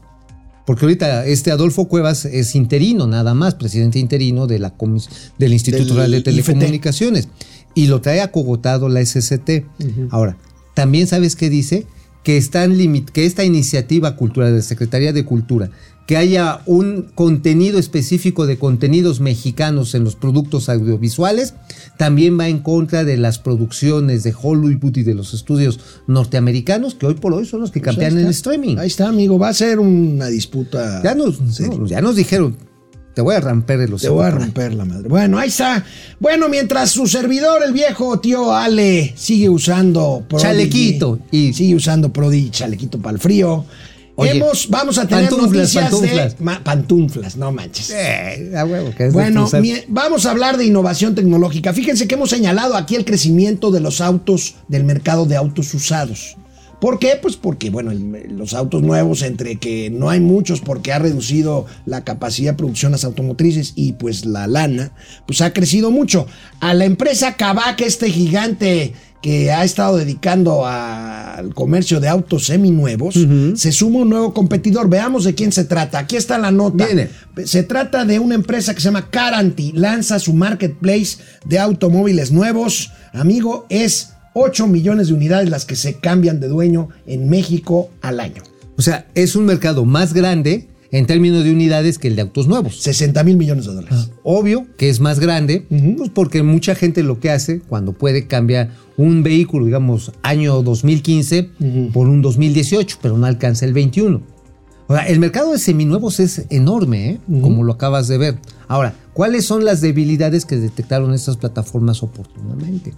S2: Porque ahorita este Adolfo Cuevas es interino, nada más, presidente interino de la comis- del Instituto
S1: Del
S2: Real de
S1: IFT.
S2: Telecomunicaciones. Y lo trae acogotado la SCT. Ahora, también sabes qué dice que, están limi- que esta iniciativa cultural de la Secretaría de Cultura, que haya un contenido específico de contenidos mexicanos en los productos audiovisuales, también va en contra de las producciones de Hollywood y de los estudios norteamericanos, que hoy por hoy son los que
S1: pues ahí
S2: campean en
S1: está.
S2: streaming.
S1: Ahí está, amigo. Va a ser una disputa.
S2: Ya nos, no, ya nos dijeron, te voy a romper el
S1: Te
S2: hocico.
S1: voy a romper la madre. Bueno, ahí está. Bueno, mientras su servidor, el viejo tío Ale, sigue usando Prodigy,
S2: Chalequito y-
S1: sigue usando Prodigy, chalequito para el frío.
S2: Oye,
S1: Hemos- vamos a tener
S2: pantuflas,
S1: noticias
S2: pantuflas.
S1: de ma- pantuflas, no manches.
S2: Eh, a huevo, que es de
S1: Bueno,
S2: cruzar.
S1: mie- vamos a hablar de innovación tecnológica. Fíjense que hemos señalado aquí el crecimiento de los autos, del mercado de autos usados. ¿Por qué? Pues porque, bueno, el- los autos nuevos, entre que no hay muchos porque ha reducido la capacidad de producción las automotrices y pues la lana, pues ha crecido mucho. A la empresa Kavak, este gigante que ha estado dedicando a- al comercio de autos seminuevos, se suma un nuevo competidor. Veamos de quién se trata. Aquí está la nota.
S2: Viene.
S1: Se trata de una empresa que se llama Caranti. Lanza su marketplace de automóviles nuevos. Amigo, es 8 millones de unidades las que se cambian de dueño en México al año.
S2: O sea, es un mercado más grande en términos de unidades que el de autos nuevos.
S1: 60 mil millones de dólares.
S2: Ah. Obvio que es más grande, pues porque mucha gente lo que hace cuando puede cambiar un vehículo, digamos, año 2015 por un 2018, pero no alcanza el 21. Ahora, el mercado de seminuevos es enorme, ¿eh? como lo acabas de ver. Ahora, ¿cuáles son las debilidades que detectaron estas plataformas oportunamente?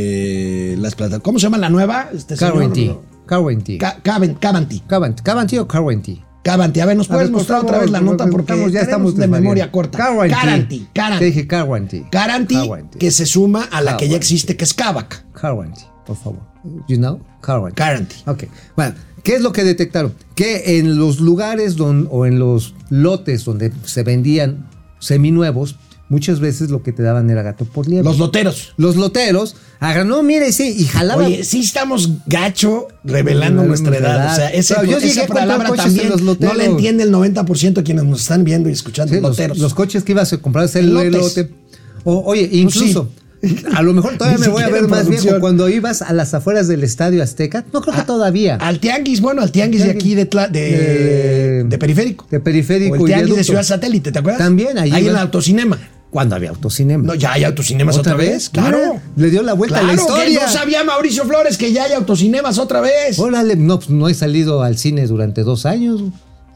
S1: este, las plataformas. ¿Cómo se llama la nueva? Este
S2: Carwenty.
S1: señor?
S2: Carwenty.
S1: Ca- Caven- Cavanti.
S2: Cavant- Cavanti o Carwenty.
S1: Cavanti. A ver, ¿nos
S2: A ver,
S1: puedes mostrar
S2: por
S1: otra vez la
S2: favor,
S1: nota? Porque
S2: estamos-
S1: ya estamos de
S2: desvariando.
S1: memoria corta.
S2: Carwanty.
S1: Caranti.
S2: Te
S1: Caranti.
S2: dije Carwanty.
S1: Caranti,
S2: Carwanty.
S1: que se suma a la que ya
S2: Cavanti.
S1: existe, que es Kavak.
S2: Carwanty, por favor. You know? Carwanty.
S1: Caranti.
S2: Ok. Bueno, ¿qué es lo que detectaron? Que en los lugares don- o en los lotes donde se vendían seminuevos, muchas veces lo que te daban era gato por liebre.
S1: Los loteros.
S2: Los loteros agarran, no, mire, sí, y jalaban.
S1: Oye, sí estamos gacho revelando
S2: Revelando
S1: nuestra
S2: nuestra
S1: edad.
S2: edad.
S1: O sea, esa,
S2: Pero yo
S1: esa
S2: llegué a comprar
S1: palabra
S2: coches
S1: también
S2: en los
S1: no
S2: loteros.
S1: la entiende el 90% de quienes nos están viendo y escuchando.
S2: Sí, los,
S1: loteros.
S2: los coches que ibas a comprar el
S1: Lotes.
S2: lote. O- oye, incluso. A lo mejor todavía
S1: Pues Ni
S2: me voy a
S1: siquiera
S2: ver
S1: en
S2: más
S1: producción.
S2: viejo. Cuando ibas a las afueras del Estadio Azteca, no creo que
S1: Ah,
S2: todavía.
S1: Al tianguis, bueno, al tianguis de aquí de, Tla- de,
S2: De-
S1: de periférico.
S2: de Periférico
S1: O el
S2: y
S1: tianguis de
S2: Viaducto.
S1: Ciudad Satélite, ¿te acuerdas?
S2: También, ahí
S1: ahí. en el
S2: iba-
S1: autocinema.
S2: Cuando había autocinema.
S1: No, ya hay autocinemas otra, vez. Claro.
S2: Mira, le dio la vuelta a la
S1: Claro, que
S2: historia.
S1: no sabía Mauricio Flores que ya hay autocinemas otra vez.
S2: Órale, no, pues, no he salido al cine durante dos años.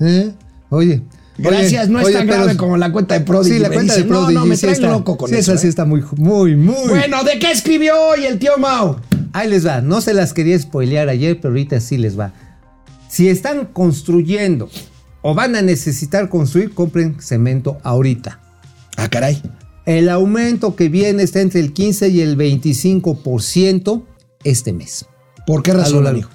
S2: ¿eh? Oye.
S1: Gracias,
S2: oye,
S1: no es
S2: oye,
S1: tan
S2: pero-
S1: grave como la cuenta de Prodigy.
S2: Sí, la
S1: me
S2: cuenta de
S1: dicen.
S2: Prodigy.
S1: No, no, me
S2: sí
S1: traen
S2: está-
S1: loco con
S2: sí,
S1: eso.
S2: Esa sí
S1: ¿eh?
S2: está muy, muy, muy.
S1: Bueno, ¿de qué escribió hoy el tío Mau?
S2: Ahí les va, no se las quería spoilear ayer, pero ahorita sí les va. Si están construyendo o van a necesitar construir, compren cemento ahorita.
S1: Ah, caray.
S2: El aumento que viene está entre el 15 y el 25% este mes.
S1: ¿Por qué
S2: A lo
S1: razón,
S2: largo.
S1: amigo?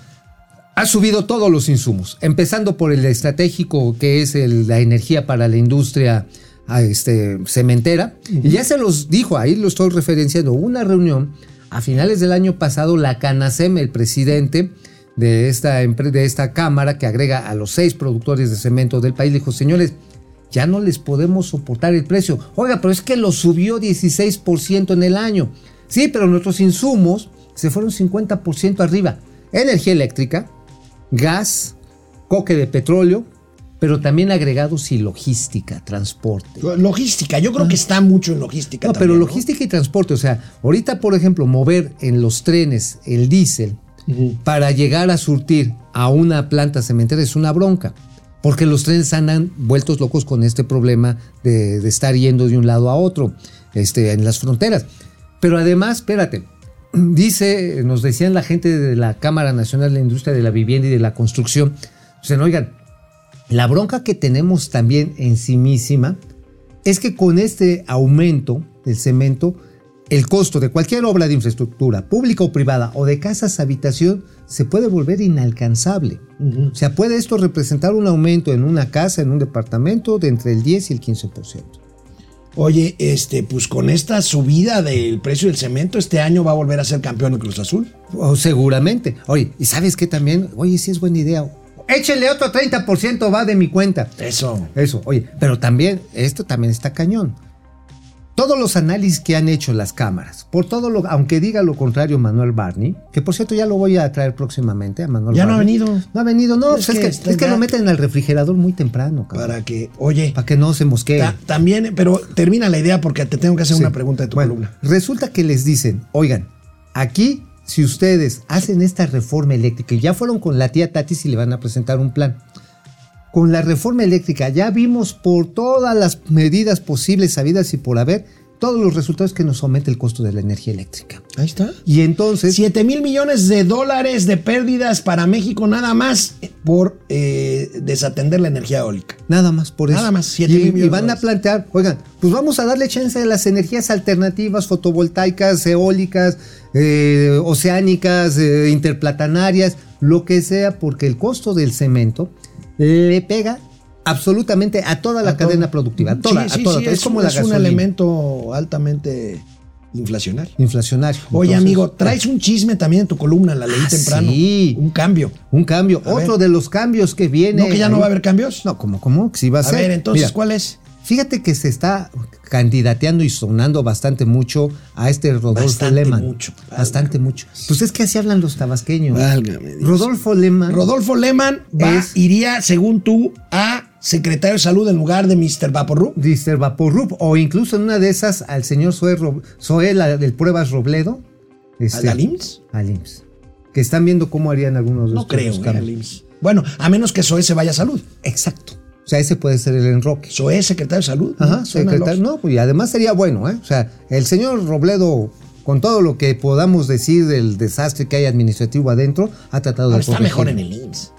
S2: Ha subido todos los insumos, empezando por el estratégico que es el- la energía para la industria ah, este, cementera. Y ya se los dijo, ahí lo estoy referenciando, hubo una reunión a finales del año pasado, la Canacem, el presidente de esta, empre- de esta cámara que agrega a los seis productores de cemento del país, dijo, señores, ya no les podemos soportar el precio. Oiga, pero es que lo subió 16% en el año. Sí, pero nuestros insumos se fueron 50% arriba. Energía eléctrica, gas, coque de petróleo, pero también agregados y logística, transporte.
S1: Este, Logística, yo creo que está mucho en logística.
S2: No,
S1: también,
S2: pero logística y transporte, o sea, ahorita, por ejemplo, mover en los trenes el diésel para llegar a surtir a una planta cementera es una bronca, porque los trenes andan vueltos locos con este problema de, de estar yendo de un lado a otro este, en las fronteras. Pero además, espérate, dice, nos decían la gente de la Cámara Nacional de la Industria de la Vivienda y de la Construcción, dicen, oigan, la bronca que tenemos también encimísima es que con este aumento del cemento, el costo de cualquier obra de infraestructura, pública o privada, o de casas, habitación, se puede volver inalcanzable. O sea, puede esto representar un aumento en una casa, en un departamento, de entre el 10 y el 15%.
S1: Oye, este, pues con esta subida del precio del cemento, este año va a volver a ser campeón el Cruz Azul.
S2: O seguramente. Oye, ¿y sabes qué también? Oye, sí es buena idea. Échele otro 30%, va de mi cuenta.
S1: Eso.
S2: Eso, oye, pero también, esto también está cañón. Todos los análisis que han hecho las cámaras, por todo lo, aunque diga lo contrario Manuel Barney, que por cierto ya lo voy a traer próximamente a Manuel
S1: Ya no ha
S2: Barney.
S1: venido.
S2: No ha venido, no,
S1: Es
S2: pues es,
S1: que
S2: que,
S1: está
S2: es que
S1: ya-
S2: lo meten al refrigerador muy temprano, cabrón, para,
S1: Para que, oye,
S2: que no se mosquee.
S1: ta- también, pero termina la idea porque te tengo que hacer
S2: Sí.
S1: una pregunta de tu
S2: Bueno,
S1: columna.
S2: Resulta que les dicen, oigan, aquí si ustedes hacen esta reforma eléctrica, y ya fueron con la tía Tatis y le van a presentar un plan. Con la reforma eléctrica ya vimos por todas las medidas posibles, sabidas y por haber, todos los resultados que nos aumenta el costo de la energía eléctrica.
S1: Ahí está.
S2: Y entonces,
S1: 7 mil millones de dólares de pérdidas para México nada más por eh, desatender la energía eólica.
S2: nada más por eso.
S1: Nada más,
S2: y,
S1: siete mil millones
S2: y van
S1: de
S2: a
S1: dólares.
S2: plantear, oigan, pues vamos a darle chance a las energías alternativas, fotovoltaicas, eólicas, eh, oceánicas, eh, interplatanarias, lo que sea, porque el costo del cemento le pega absolutamente a toda la
S1: A todo.
S2: cadena productiva. a toda,
S1: Sí, sí,
S2: a toda.
S1: sí,
S2: es, como la
S1: un
S2: gasolina.
S1: elemento altamente inflacionario.
S2: inflacionario.
S1: Oye,
S2: Entonces, eh.
S1: amigo, traes un chisme también en tu columna, la leí
S2: Ah,
S1: temprano.
S2: sí.
S1: Un cambio.
S2: un cambio,
S1: A
S2: otro
S1: ver.
S2: de los cambios que viene.
S1: ¿No que ya no
S2: ahí.
S1: va a haber cambios?
S2: No, como cómo? Si va a,
S1: A
S2: ser.
S1: ver, entonces,
S2: Mira,
S1: ¿cuál es?
S2: Fíjate que se está candidateando y sonando bastante mucho a este Rodolfo
S1: Bastante
S2: Lehmann.
S1: mucho, válgame.
S2: bastante mucho. Pues es que así hablan los tabasqueños.
S1: Válgame Dios.
S2: Rodolfo Lehmann.
S1: Rodolfo Lehmann va-
S2: Ah. Es-
S1: iría, según tú, a secretario de salud en lugar de Mr. Vaporru.
S2: Dice Vaporrup, o incluso en una de esas al señor Zoé, Ro- Zoé, la del Pruebas Robledo. este,
S1: ¿Al IMSS?
S2: al IMSS. Que están viendo cómo harían algunos de
S1: No
S2: estos
S1: creo, eh,
S2: cambios.
S1: al IMSS. Bueno, a menos que Zoé se vaya a salud.
S2: Exacto. O sea, ese puede ser el enroque.
S1: Zoé, secretario de salud.
S2: Ajá,
S1: Suena
S2: secretario.
S1: lógico.
S2: No, pues, y además sería bueno, ¿eh? O sea, el señor Robledo con todo lo que podamos decir del desastre que hay administrativo adentro, ha tratado
S1: Ahora
S2: de
S1: está
S2: corregirlo.
S1: mejor en el IMSS.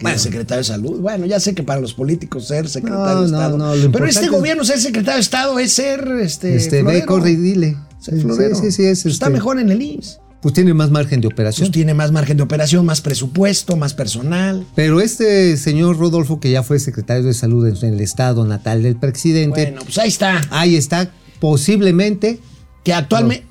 S1: Bueno, secretario de salud. Bueno, ya sé que para los políticos ser secretario
S2: No,
S1: de
S2: no,
S1: Estado.
S2: no, lo
S1: pero
S2: importante
S1: este
S2: es-
S1: gobierno, ser secretario de Estado, es ser este.
S2: Este, ve,
S1: florero.
S2: corre y dile.
S1: Ser florero. Pues
S2: Sí, sí, sí, es,
S1: Está
S2: este,
S1: mejor en el IMSS.
S2: Pues tiene más margen de operación.
S1: Entonces pues tiene más margen de operación, más presupuesto, más personal.
S2: Pero este señor Rodolfo, que ya fue secretario de salud en el estado natal del presidente,
S1: Bueno, pues ahí está.
S2: ahí está, posiblemente,
S1: Que actualmente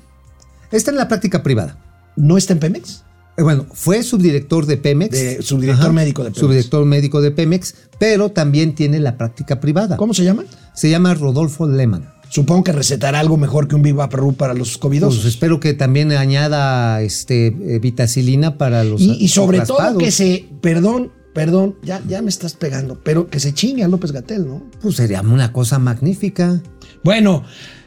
S2: está en la práctica privada.
S1: no está en Pemex.
S2: Eh, Bueno, fue subdirector de Pemex.
S1: De- subdirector médico de Pemex.
S2: Subdirector médico de Pemex, pero también tiene la práctica privada.
S1: ¿Cómo se llama?
S2: Se llama Rodolfo Lehmann.
S1: Supongo que recetará algo mejor que un Viva Perú para los
S2: Pues
S1: covidosos.
S2: espero que también añada este, eh, vitacilina para los
S1: y, y sobre todo
S2: raspados.
S1: que se, perdón, perdón, ya, ya me estás pegando, pero que se chingue a López Gatel, ¿no?
S2: Pues sería una cosa magnífica.
S1: Bueno,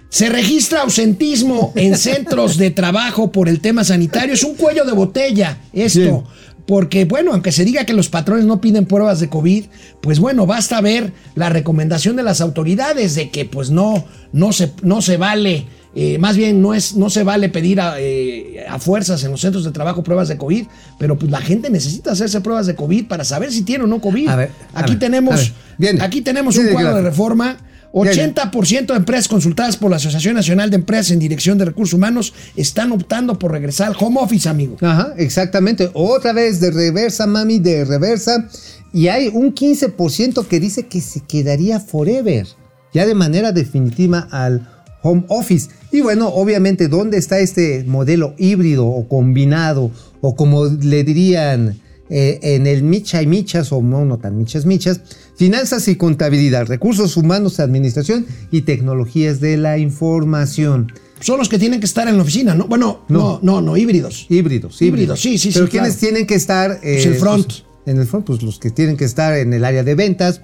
S1: se registra ausentismo en centros de trabajo por el tema sanitario. Es un cuello de botella esto.
S2: Bien.
S1: Porque, bueno, aunque se diga que los patrones no piden pruebas de COVID, pues bueno, basta ver la recomendación de las autoridades de que pues no, no, se, no se vale, eh, más bien no, es, no se vale pedir a, eh, a fuerzas en los centros de trabajo pruebas de COVID, pero pues la gente necesita hacerse pruebas de COVID para saber si tiene o no COVID.
S2: A ver, a
S1: aquí,
S2: ver, a
S1: tenemos,
S2: ver. Viene.
S1: aquí tenemos un
S2: Viene el
S1: cuadro de
S2: gráfico.
S1: reforma. 80% de empresas consultadas por la Asociación Nacional de Empresas en Dirección de Recursos Humanos están optando por regresar al home office, amigo.
S2: Ajá, exactamente. Otra vez de reversa, mami, de reversa. Y hay un 15% que dice que se quedaría forever, ya de manera definitiva al home office. Y bueno, obviamente, ¿dónde está este modelo híbrido o combinado? O como le dirían eh, en el micha y michas, o no, no tan michas, michas, finanzas y contabilidad, recursos humanos, administración y tecnologías de la información.
S1: Son los que tienen que estar en la oficina, ¿no? Bueno, no,
S2: No.
S1: no, no, híbridos.
S2: Híbridos,
S1: Híbridos, sí, sí, sí,
S2: Pero quienes
S1: claro.
S2: tienen que estar. eh,
S1: Pues el front.
S2: pues, en el front, pues los que tienen que estar en el área de ventas,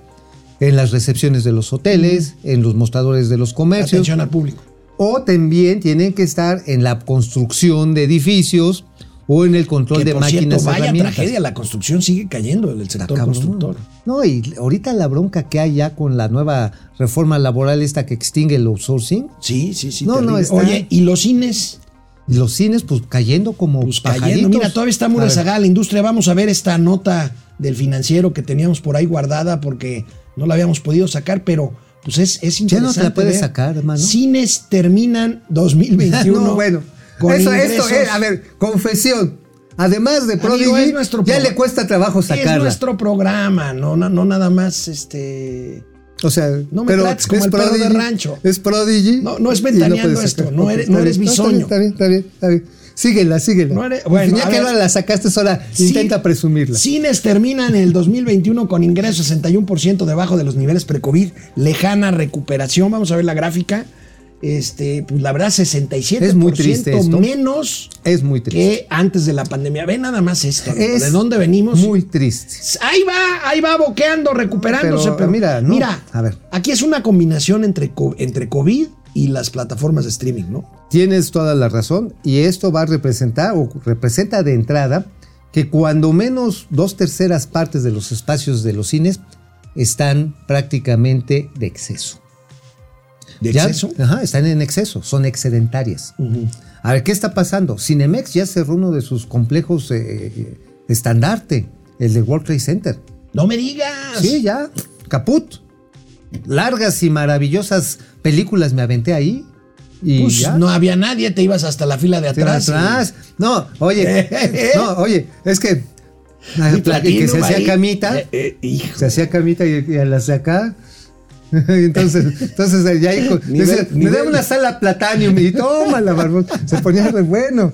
S2: en las recepciones de los hoteles, en los mostradores de los comercios.
S1: Atención al público.
S2: O también tienen que estar en la construcción de edificios o en el control
S1: Que,
S2: de
S1: por cierto,
S2: máquinas.
S1: vaya
S2: herramientas.
S1: tragedia, la construcción sigue cayendo, el
S2: Está
S1: sector
S2: cabrón.
S1: constructor.
S2: No, y ahorita la bronca que hay ya con la nueva reforma laboral esta que extingue el outsourcing,
S1: Sí, sí, sí.
S2: No, no, está-
S1: Oye, y los cines,
S2: y los cines pues cayendo como
S1: pues cayendo.
S2: pajaritos.
S1: Mira, todavía está muy
S2: A ver.
S1: rezagada la industria. Vamos a ver esta nota del financiero que teníamos por ahí guardada porque no la habíamos podido sacar, pero pues es, es interesante.
S2: Ya no te la puedes
S1: ver.
S2: sacar, hermano.
S1: Cines terminan 2021.
S2: No, bueno.
S1: con
S2: eso, esto
S1: ingresos.
S2: es, a ver, confesión. Además de
S1: Amigo,
S2: Prodigy,
S1: es nuestro
S2: ya
S1: programa.
S2: le cuesta trabajo
S1: Es
S2: sacarla.
S1: nuestro programa, no, no, no nada más este.
S2: O sea,
S1: No me trates como el perro de rancho.
S2: Es Prodigy.
S1: No, no es
S2: y puedes
S1: ventaneando
S2: sacar.
S1: esto, no
S2: Ok,
S1: eres-
S2: está
S1: no eres
S2: bien,
S1: bisoño.
S2: Está bien, está bien, está bien. está bien. Síguela, síguela.
S1: No eres- bueno,
S2: ya
S1: a
S2: que
S1: ver.
S2: ahora la sacaste sola, intenta
S1: Cin-
S2: presumirla.
S1: Cines terminan el 2021 con ingresos 61% debajo de los niveles pre-COVID, lejana recuperación. Vamos a ver la gráfica. Este, pues la verdad, 67%
S2: Es muy triste esto.
S1: menos
S2: Es muy triste.
S1: que antes de la pandemia. Ve nada más esto. amigo,
S2: Es
S1: ¿De dónde venimos?
S2: Muy triste.
S1: Ahí va, ahí va boqueando, recuperándose.
S2: Pero, mira, no.
S1: mira,
S2: A ver.
S1: aquí es una combinación entre, co- entre COVID y las plataformas de streaming, ¿no?
S2: Tienes toda la razón y esto va a representar o representa de entrada que cuando menos dos terceras partes de los espacios de los cines están prácticamente de exceso.
S1: De
S2: ¿Ya?
S1: exceso.
S2: Ajá, están en exceso, son excedentarias.
S1: Ujú.
S2: A ver, ¿qué está pasando? Cinemex ya cerró uno de sus complejos eh, eh, estandarte, el de World Trade Center.
S1: No me digas.
S2: Sí, ya, caput. Largas y maravillosas películas me aventé ahí. Y
S1: Pues
S2: ya.
S1: no había nadie, te ibas hasta la fila de
S2: Te vas
S1: atrás.
S2: atrás. No, oye,
S1: Eh,
S2: no, oye, es que,
S1: Y
S2: que se
S1: Platinum ahí.
S2: hacía camita,
S1: Eh, eh, hijo.
S2: se hacía camita y, y a las de acá. Entonces, entonces eh, ya hijo,
S1: Nivel-
S2: decía, me
S1: nivel.
S2: da una sala platanium y toma la barbón. Se ponía re bueno.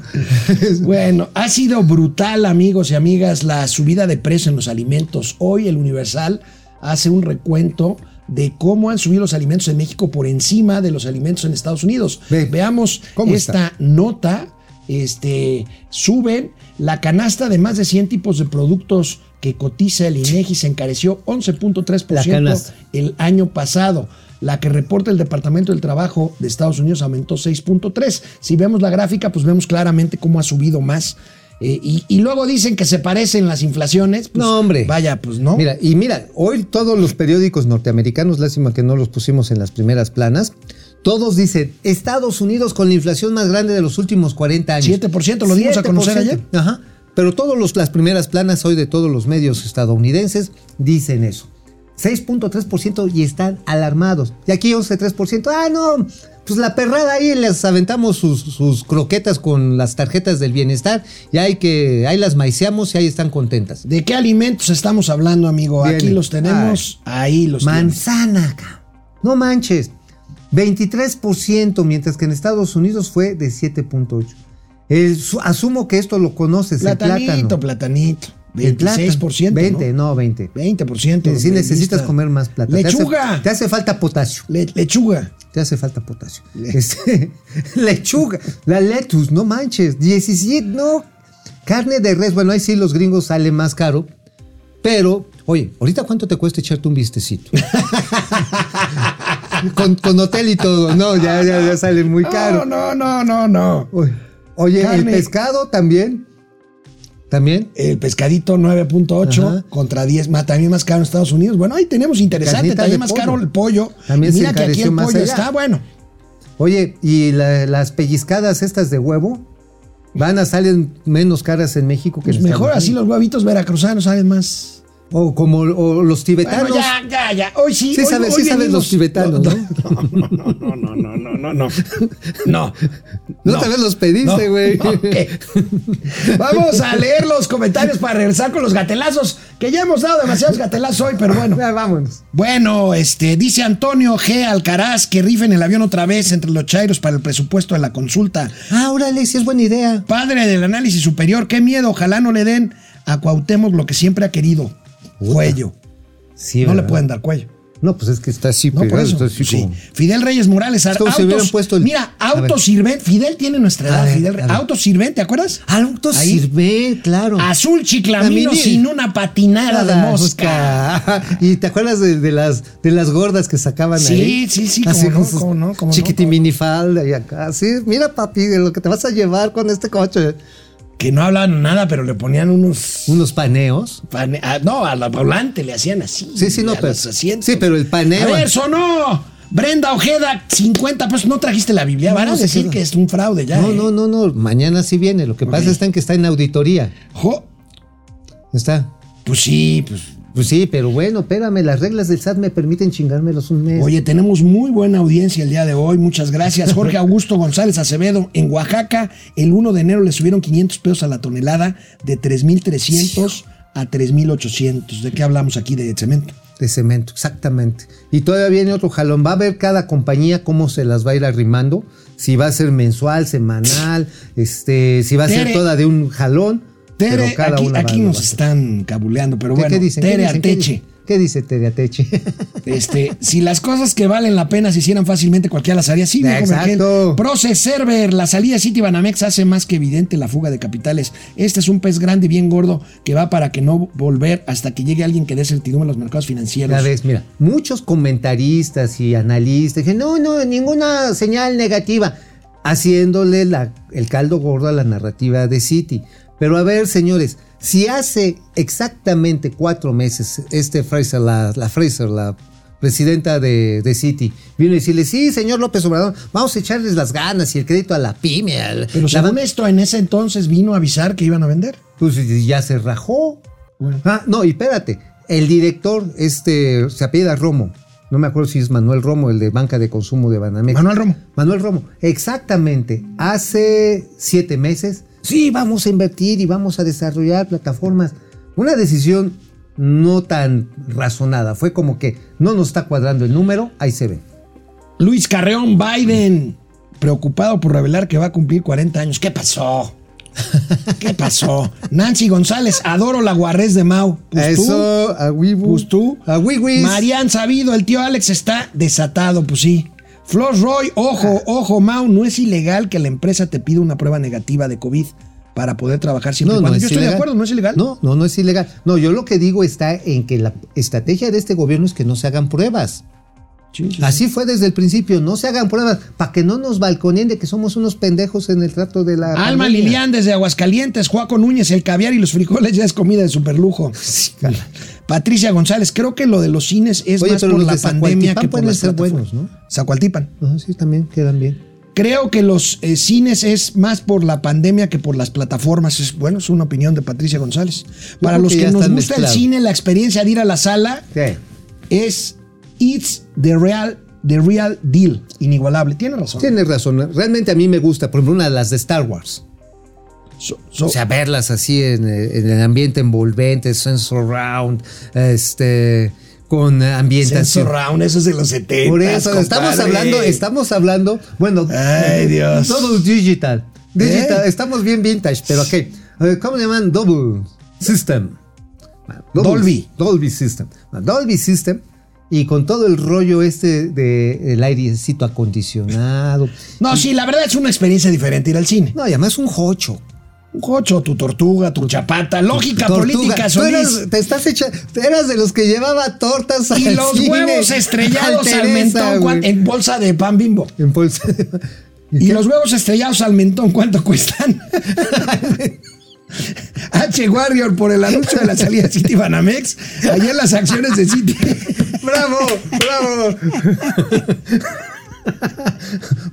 S1: Bueno, ha sido brutal, amigos y amigas, la subida de precio en los alimentos. Hoy el Universal hace un recuento de cómo han subido los alimentos en México por encima de los alimentos en Estados Unidos.
S2: Ve,
S1: Veamos
S2: ¿cómo
S1: esta nota. Este, suben la canasta de más de 100 tipos de productos que cotiza el INEGI se encareció 11.3%
S2: La canasta.
S1: el año pasado. La que reporta el Departamento del Trabajo de Estados Unidos aumentó 6.3. Si vemos la gráfica, pues vemos claramente cómo ha subido más. Eh, y, y luego dicen que se parecen las inflaciones. Pues,
S2: No, hombre.
S1: Vaya, pues no.
S2: Mira, y mira, hoy todos los periódicos norteamericanos, lástima que no los pusimos en las primeras planas, Todos dicen, Estados Unidos con la inflación más grande de los últimos 40 años.
S1: 7%, lo dimos a conocer
S2: 7%.
S1: ayer.
S2: Ajá. Pero todos los, las primeras planas hoy de todos los medios estadounidenses dicen eso. 6.3% y están alarmados. Y aquí 11.3%. Ah, no. Pues la perrada ahí les aventamos sus, sus croquetas con las tarjetas del bienestar y hay que ahí las maiceamos y ahí están contentas.
S1: ¿De qué alimentos estamos hablando, amigo?
S2: Bien.
S1: Aquí los tenemos, ahí los tienes.
S2: Manzana, cabrón. no manches. 23%, mientras que en Estados Unidos fue de 7.8. El su- Asumo que esto lo conoces, el
S1: Platanito,
S2: plátano.
S1: platanito.
S2: El
S1: 26%.
S2: plátano. 20,
S1: ¿no?
S2: no, 20.
S1: ¿20%?
S2: Si necesitas comer más plata. Te hace- Te
S1: Lechuga.
S2: hace, falta potasio.
S1: Le- lechuga.
S2: Te hace falta potasio. Este, lechuga. La lettuce, no manches. 17, no. Carne de res. Bueno, ahí sí los gringos sale más caro. Pero, oye, ahorita cuánto te cuesta echarte un vistecito. con, con hotel y todo. No, ya, ya, ya sale muy caro.
S1: No, no, no, no, no.
S2: Oye, Oye,
S1: Carne.
S2: el pescado también. También.
S1: El pescadito 9.8
S2: Ajá.
S1: contra 10, más, también más caro en Estados Unidos. Bueno, ahí tenemos interesante,
S2: Carnita
S1: también
S2: de
S1: más
S2: pollo.
S1: caro el pollo.
S2: También se
S1: Mira que aquí
S2: encareció
S1: el
S2: más
S1: pollo
S2: allá.
S1: está bueno.
S2: Oye, ¿y la- las pellizcadas estas de huevo? Van a salir menos caras en México que
S1: Pues
S2: en Estados
S1: mejor así
S2: Unidos?
S1: los huevitos veracruzanos saben más.
S2: O como o los tibetanos.
S1: Bueno, ya, ya, ya. Hoy sí.
S2: Sí
S1: hoy-
S2: sabes,
S1: hoy
S2: sí sabes
S1: venimos-
S2: los tibetanos, ¿no?
S1: No, no, no, no, no, no. No.
S2: No, tal vez los pediste,
S1: No,
S2: güey.
S1: no, ¿qué? Vamos a leer los comentarios para regresar con los gatelazos, que ya hemos dado demasiados gatelazos hoy, pero bueno.
S2: Ya, vámonos.
S1: Bueno, este, dice Antonio G. Alcaraz que rifen el avión otra vez entre los chairos para el presupuesto de la consulta.
S2: Ah, órale, sí es buena idea.
S1: Padre del análisis superior, qué miedo, ojalá no le den a Cuauhtémoc lo que siempre ha querido. Cuello.
S2: Sí,
S1: No le
S2: ¿verdad?
S1: pueden dar cuello.
S2: No, pues es que está así
S1: No, por
S2: pegado,
S1: eso.
S2: está así
S1: Sí.
S2: como-
S1: Fidel Reyes Morales.
S2: Es como si hubieran puesto el-
S1: Mira,
S2: A ver.
S1: autosirvente. Fidel tiene nuestra
S2: A
S1: edad.
S2: ver,
S1: Fidel Re-
S2: a ver.
S1: Autosirvente, ¿te acuerdas?
S2: Alto
S1: Ahí.
S2: sirve, claro.
S1: Azul chiclamino
S2: Caminil.
S1: sin una patinada de
S2: Nada,
S1: mosca.
S2: mosca. Y te acuerdas de, de las de las gordas que sacaban
S1: Sí,
S2: ahí.
S1: sí, sí,
S2: Así
S1: cómo
S2: con
S1: no,
S2: sus
S1: cómo no, cómo no.
S2: chiquitiminifalda y acá. Sí, mira, papi, de lo que te vas a llevar con este coche.
S1: Que no hablaban nada, pero le ponían unos...
S2: Unos paneos.
S1: pane- a- no, al volante le hacían así.
S2: Sí, sí, no,
S1: a
S2: pero-
S1: los asientos.
S2: sí, pero el paneo-
S1: A ver, sonó. Brenda Ojeda, 50 pesos. No trajiste la Biblia. Van
S2: No,
S1: a
S2: se
S1: decir
S2: quedó.
S1: que es un fraude ya.
S2: no,
S1: ¿eh?
S2: no, no, no. Mañana sí viene. Lo que pasa es que está en auditoría.
S1: Jo,
S2: Está.
S1: pues sí, pues...
S2: Pues sí, pero bueno, espérame, las reglas del SAT me permiten chingármelos un mes.
S1: Oye, tenemos muy buena audiencia el día de hoy. Muchas gracias. Jorge Augusto González Acevedo, en Oaxaca, el 1 de enero le subieron 500 pesos a la tonelada de 3,300 a 3,800. ¿De qué hablamos aquí de cemento?
S2: De cemento, exactamente. Y todavía viene otro jalón. Va a ver cada compañía cómo se las va a ir arrimando. Si va a ser mensual, semanal, este, si va a
S1: Tere.
S2: ser toda de un jalón.
S1: Tere,
S2: pero cada
S1: aquí,
S2: una va-
S1: aquí
S2: va
S1: nos
S2: a-
S1: están cabuleando, pero
S2: ¿Qué,
S1: bueno,
S2: qué dicen?
S1: Tere
S2: ¿Qué dicen? ¿Qué
S1: Arteche.
S2: dicen? ¿Qué dice Tere Ateche?
S1: Este, si las cosas que valen la pena se hicieran fácilmente, cualquiera las haría. Sí, viejo
S2: Exacto.
S1: Vergel. Proce Server, la salida de City Banamex hace más que evidente la fuga de capitales. Este es un pez grande y bien gordo que va para que no volver hasta que llegue alguien que dé certidumbre a los mercados financieros.
S2: Ya ves, mira, muchos comentaristas y analistas dicen, no, no, ninguna señal negativa, haciéndole la- el caldo gordo a la narrativa de City. Pero a ver, señores, si hace exactamente cuatro meses este Fraser, la, la Fraser, la presidenta de, de City, vino a decirle, sí, señor López Obrador, vamos a echarles las ganas y el crédito a la pyme. al-
S1: Pero
S2: la
S1: según
S2: ban-
S1: esto, en ese entonces vino a avisar que iban a vender.
S2: pues ya se rajó. Ah, no, y espérate. El director, este, se apellida Romo. No me acuerdo si es Manuel Romo, el de Banca de Consumo de Banamex.
S1: Manuel Romo.
S2: Manuel Romo, exactamente. Hace siete meses, sí, vamos a invertir y vamos a desarrollar plataformas. Una decisión no tan razonada. Fue como que no nos está cuadrando el número, ahí se ve.
S1: Luis Carreón Biden, preocupado por revelar que va a cumplir 40 años. ¿Qué pasó? ¿Qué pasó? Nancy González, adoro la guarrez de Mau. Pues tú,
S2: a Wibu.
S1: Pues tú.
S2: A Wiwis.
S1: Marian Sabido, el tío Alex está desatado, pues sí. Flor Roy,
S2: Ah.
S1: ojo, ojo, Mau, no es ilegal que la empresa te pida una prueba negativa de COVID para poder trabajar siempre. y
S2: No, no
S1: cuando.
S2: es
S1: Yo estoy
S2: ilegal.
S1: de acuerdo, no es ilegal.
S2: No, no, no es ilegal. No, yo lo que digo está en que la estrategia de este gobierno es que no se hagan pruebas.
S1: Sí, sí.
S2: Así fue desde el principio, no se hagan pruebas para que no nos balconeen de que somos unos pendejos en el trato de la.
S1: Alma
S2: pandemia.
S1: Lilian desde Aguascalientes, Juaco Núñez, el caviar y los frijoles ya es comida de superlujo. Patricia González, creo que lo de los cines es
S2: Oye,
S1: más
S2: pero
S1: por
S2: los
S1: la
S2: de
S1: pandemia
S2: Zacualtipán
S1: que por
S2: pueden
S1: las
S2: ser
S1: plataformas.
S2: buenos,
S1: Zacualtipan.
S2: Ajá, sí, también quedan bien.
S1: Creo que los eh, cines es más por la pandemia que por las plataformas. Es, bueno, es una opinión de Patricia González. Para
S2: creo
S1: los
S2: que
S1: que,
S2: ya
S1: nos gusta
S2: están mezclados.
S1: el cine, la experiencia de ir a la sala
S2: Sí.
S1: es It's the real, the real deal. Inigualable. Tiene razón.
S2: Tienes razón. Realmente a mí me gusta, por ejemplo, una de las de Star Wars.
S1: So- so-
S2: O sea, verlas así en, eh, en el ambiente envolvente, sensor round, este, con eh, ambientación.
S1: Sensor Round, eso es de los 70.
S2: Por eso, estamos hablando, estamos hablando, bueno,
S1: Ay, Dios.
S2: todo digital. Digital,
S1: ¿Eh?
S2: estamos bien vintage, pero ok. Eh, ¿Cómo le llaman? Double System.
S1: Dolby.
S2: Dolby System. Dolby System. Y con todo el rollo este del airecito acondicionado.
S1: No, sí, la verdad es una experiencia diferente ir al cine.
S2: No, y además un jocho.
S1: Un cocho, tu tortuga, tu chapata, lógica
S2: Tortuga.
S1: política,
S2: Tú eras-
S1: Solís.
S2: te estás echa- eras de los que llevaba tortas
S1: Y
S2: al
S1: los
S2: cine.
S1: huevos estrellados al
S2: Teresa,
S1: mentón cuan-
S2: güey.
S1: en bolsa de pan bimbo.
S2: En bolsa.
S1: Y los huevos estrellados al mentón, ¿cuánto cuestan? H. Warrior por el anuncio de la salida de City Banamex. Ayer las acciones de City.
S2: ¡Bravo! ¡Bravo!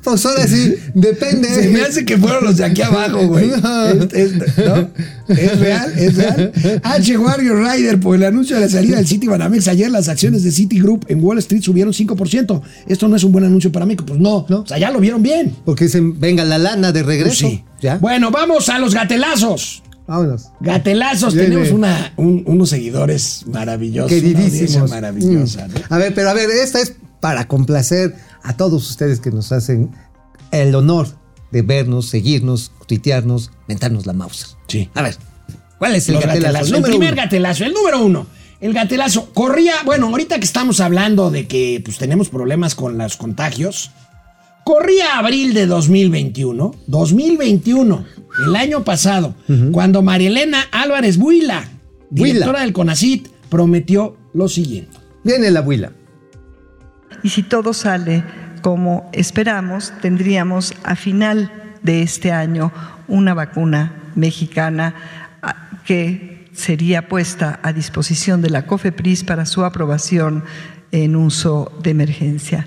S2: pues ahora sí, depende.
S1: Se me hace que fueron los de aquí abajo, güey.
S2: No.
S1: Es, es- ¿no? ¿Es real, es real. H. Warrior Rider, por el anuncio de la salida del City Banamex. Ayer las acciones de Citigroup en Wall Street subieron 5%. Esto no es un buen anuncio para México. Pues no,
S2: No.
S1: O sea, ya lo vieron bien.
S2: Porque dicen, venga la lana de
S1: Pues
S2: regreso.
S1: sí.
S2: ¿Ya?
S1: Bueno, vamos a los gatelazos.
S2: Vámonos.
S1: Gatelazos,
S2: Viene.
S1: tenemos una, un- unos seguidores maravillosos. una audiencia
S2: Queridísimos.
S1: maravillosa.
S2: Mm.
S1: ¿no?
S2: A ver, pero a ver, esta es para complacer a todos ustedes que nos hacen el honor de vernos, seguirnos, tuitearnos, mentarnos la mouse.
S1: Sí.
S2: A ver, ¿cuál es el
S1: Los gatelazos.
S2: gatelazo?
S1: El
S2: Número
S1: primer
S2: uno.
S1: gatelazo, el número uno. El gatelazo corría, bueno, ahorita que estamos hablando de que pues, tenemos problemas con los contagios, corría abril de 2021, 2021, el año pasado, cuando Marielena Álvarez Buila,
S2: Buila.
S1: directora del CONACIT, prometió lo siguiente.
S2: Viene la abuela.
S5: Y si todo sale como esperamos, tendríamos a final de este año una vacuna mexicana ah, que sería puesta a disposición de la COFEPRIS para su aprobación en uso de emergencia.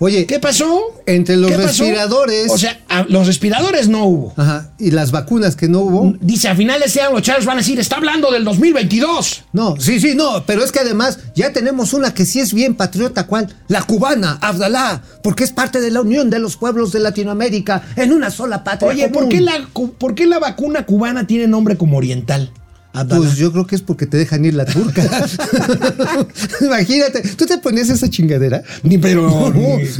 S2: Oye,
S1: ¿Qué pasó?
S2: Entre los
S1: ¿Qué pasó?
S2: respiradores.
S1: O sea, a- los respiradores no hubo.
S2: ajá, y las vacunas que no hubo.
S1: Dice, a finales de este año los chavos van a decir, está hablando del 2022.
S2: No, sí, sí, no, pero es que además ya tenemos una que sí es bien patriota, ¿cuál? La cubana, Abdalá, porque es parte de la unión de los pueblos de Latinoamérica en una sola patria.
S1: Oye, ¿por
S2: común.
S1: qué, la, cu- ¿por qué la vacuna cubana tiene nombre como oriental? Adana.
S2: Pues yo creo que es porque te dejan ir la turca. Imagínate, ¿tú te ponías esa chingadera?
S1: Ni- pero-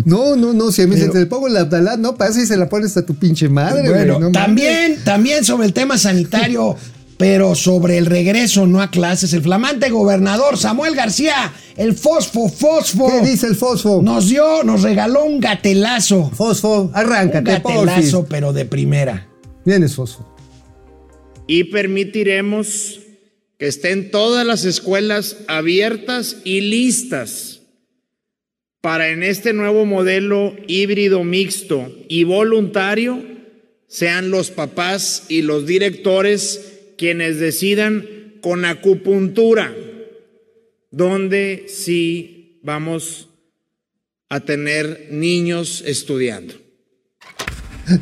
S2: No, no, no, si a mí
S1: Pero-
S2: se te pongo la Abdalá, no pasa y se la pones a tu pinche madre.
S1: bueno,
S2: güey, no mames.
S1: también, también sobre el tema sanitario, pero sobre el regreso no a clases, el flamante gobernador Samuel García, el fosfo, fosfo,
S2: ¿Qué dice el fosfo?
S1: nos dio, nos regaló un gatelazo.
S2: Fosfo,
S1: Un
S2: arráncate,
S1: gatelazo,
S2: porfis.
S1: pero de primera.
S2: Vienes, fosfo.
S6: y permitiremos que estén todas las escuelas abiertas y listas para en este nuevo modelo híbrido mixto y voluntario sean los papás y los directores quienes decidan con acupuntura donde sí vamos a tener niños estudiando.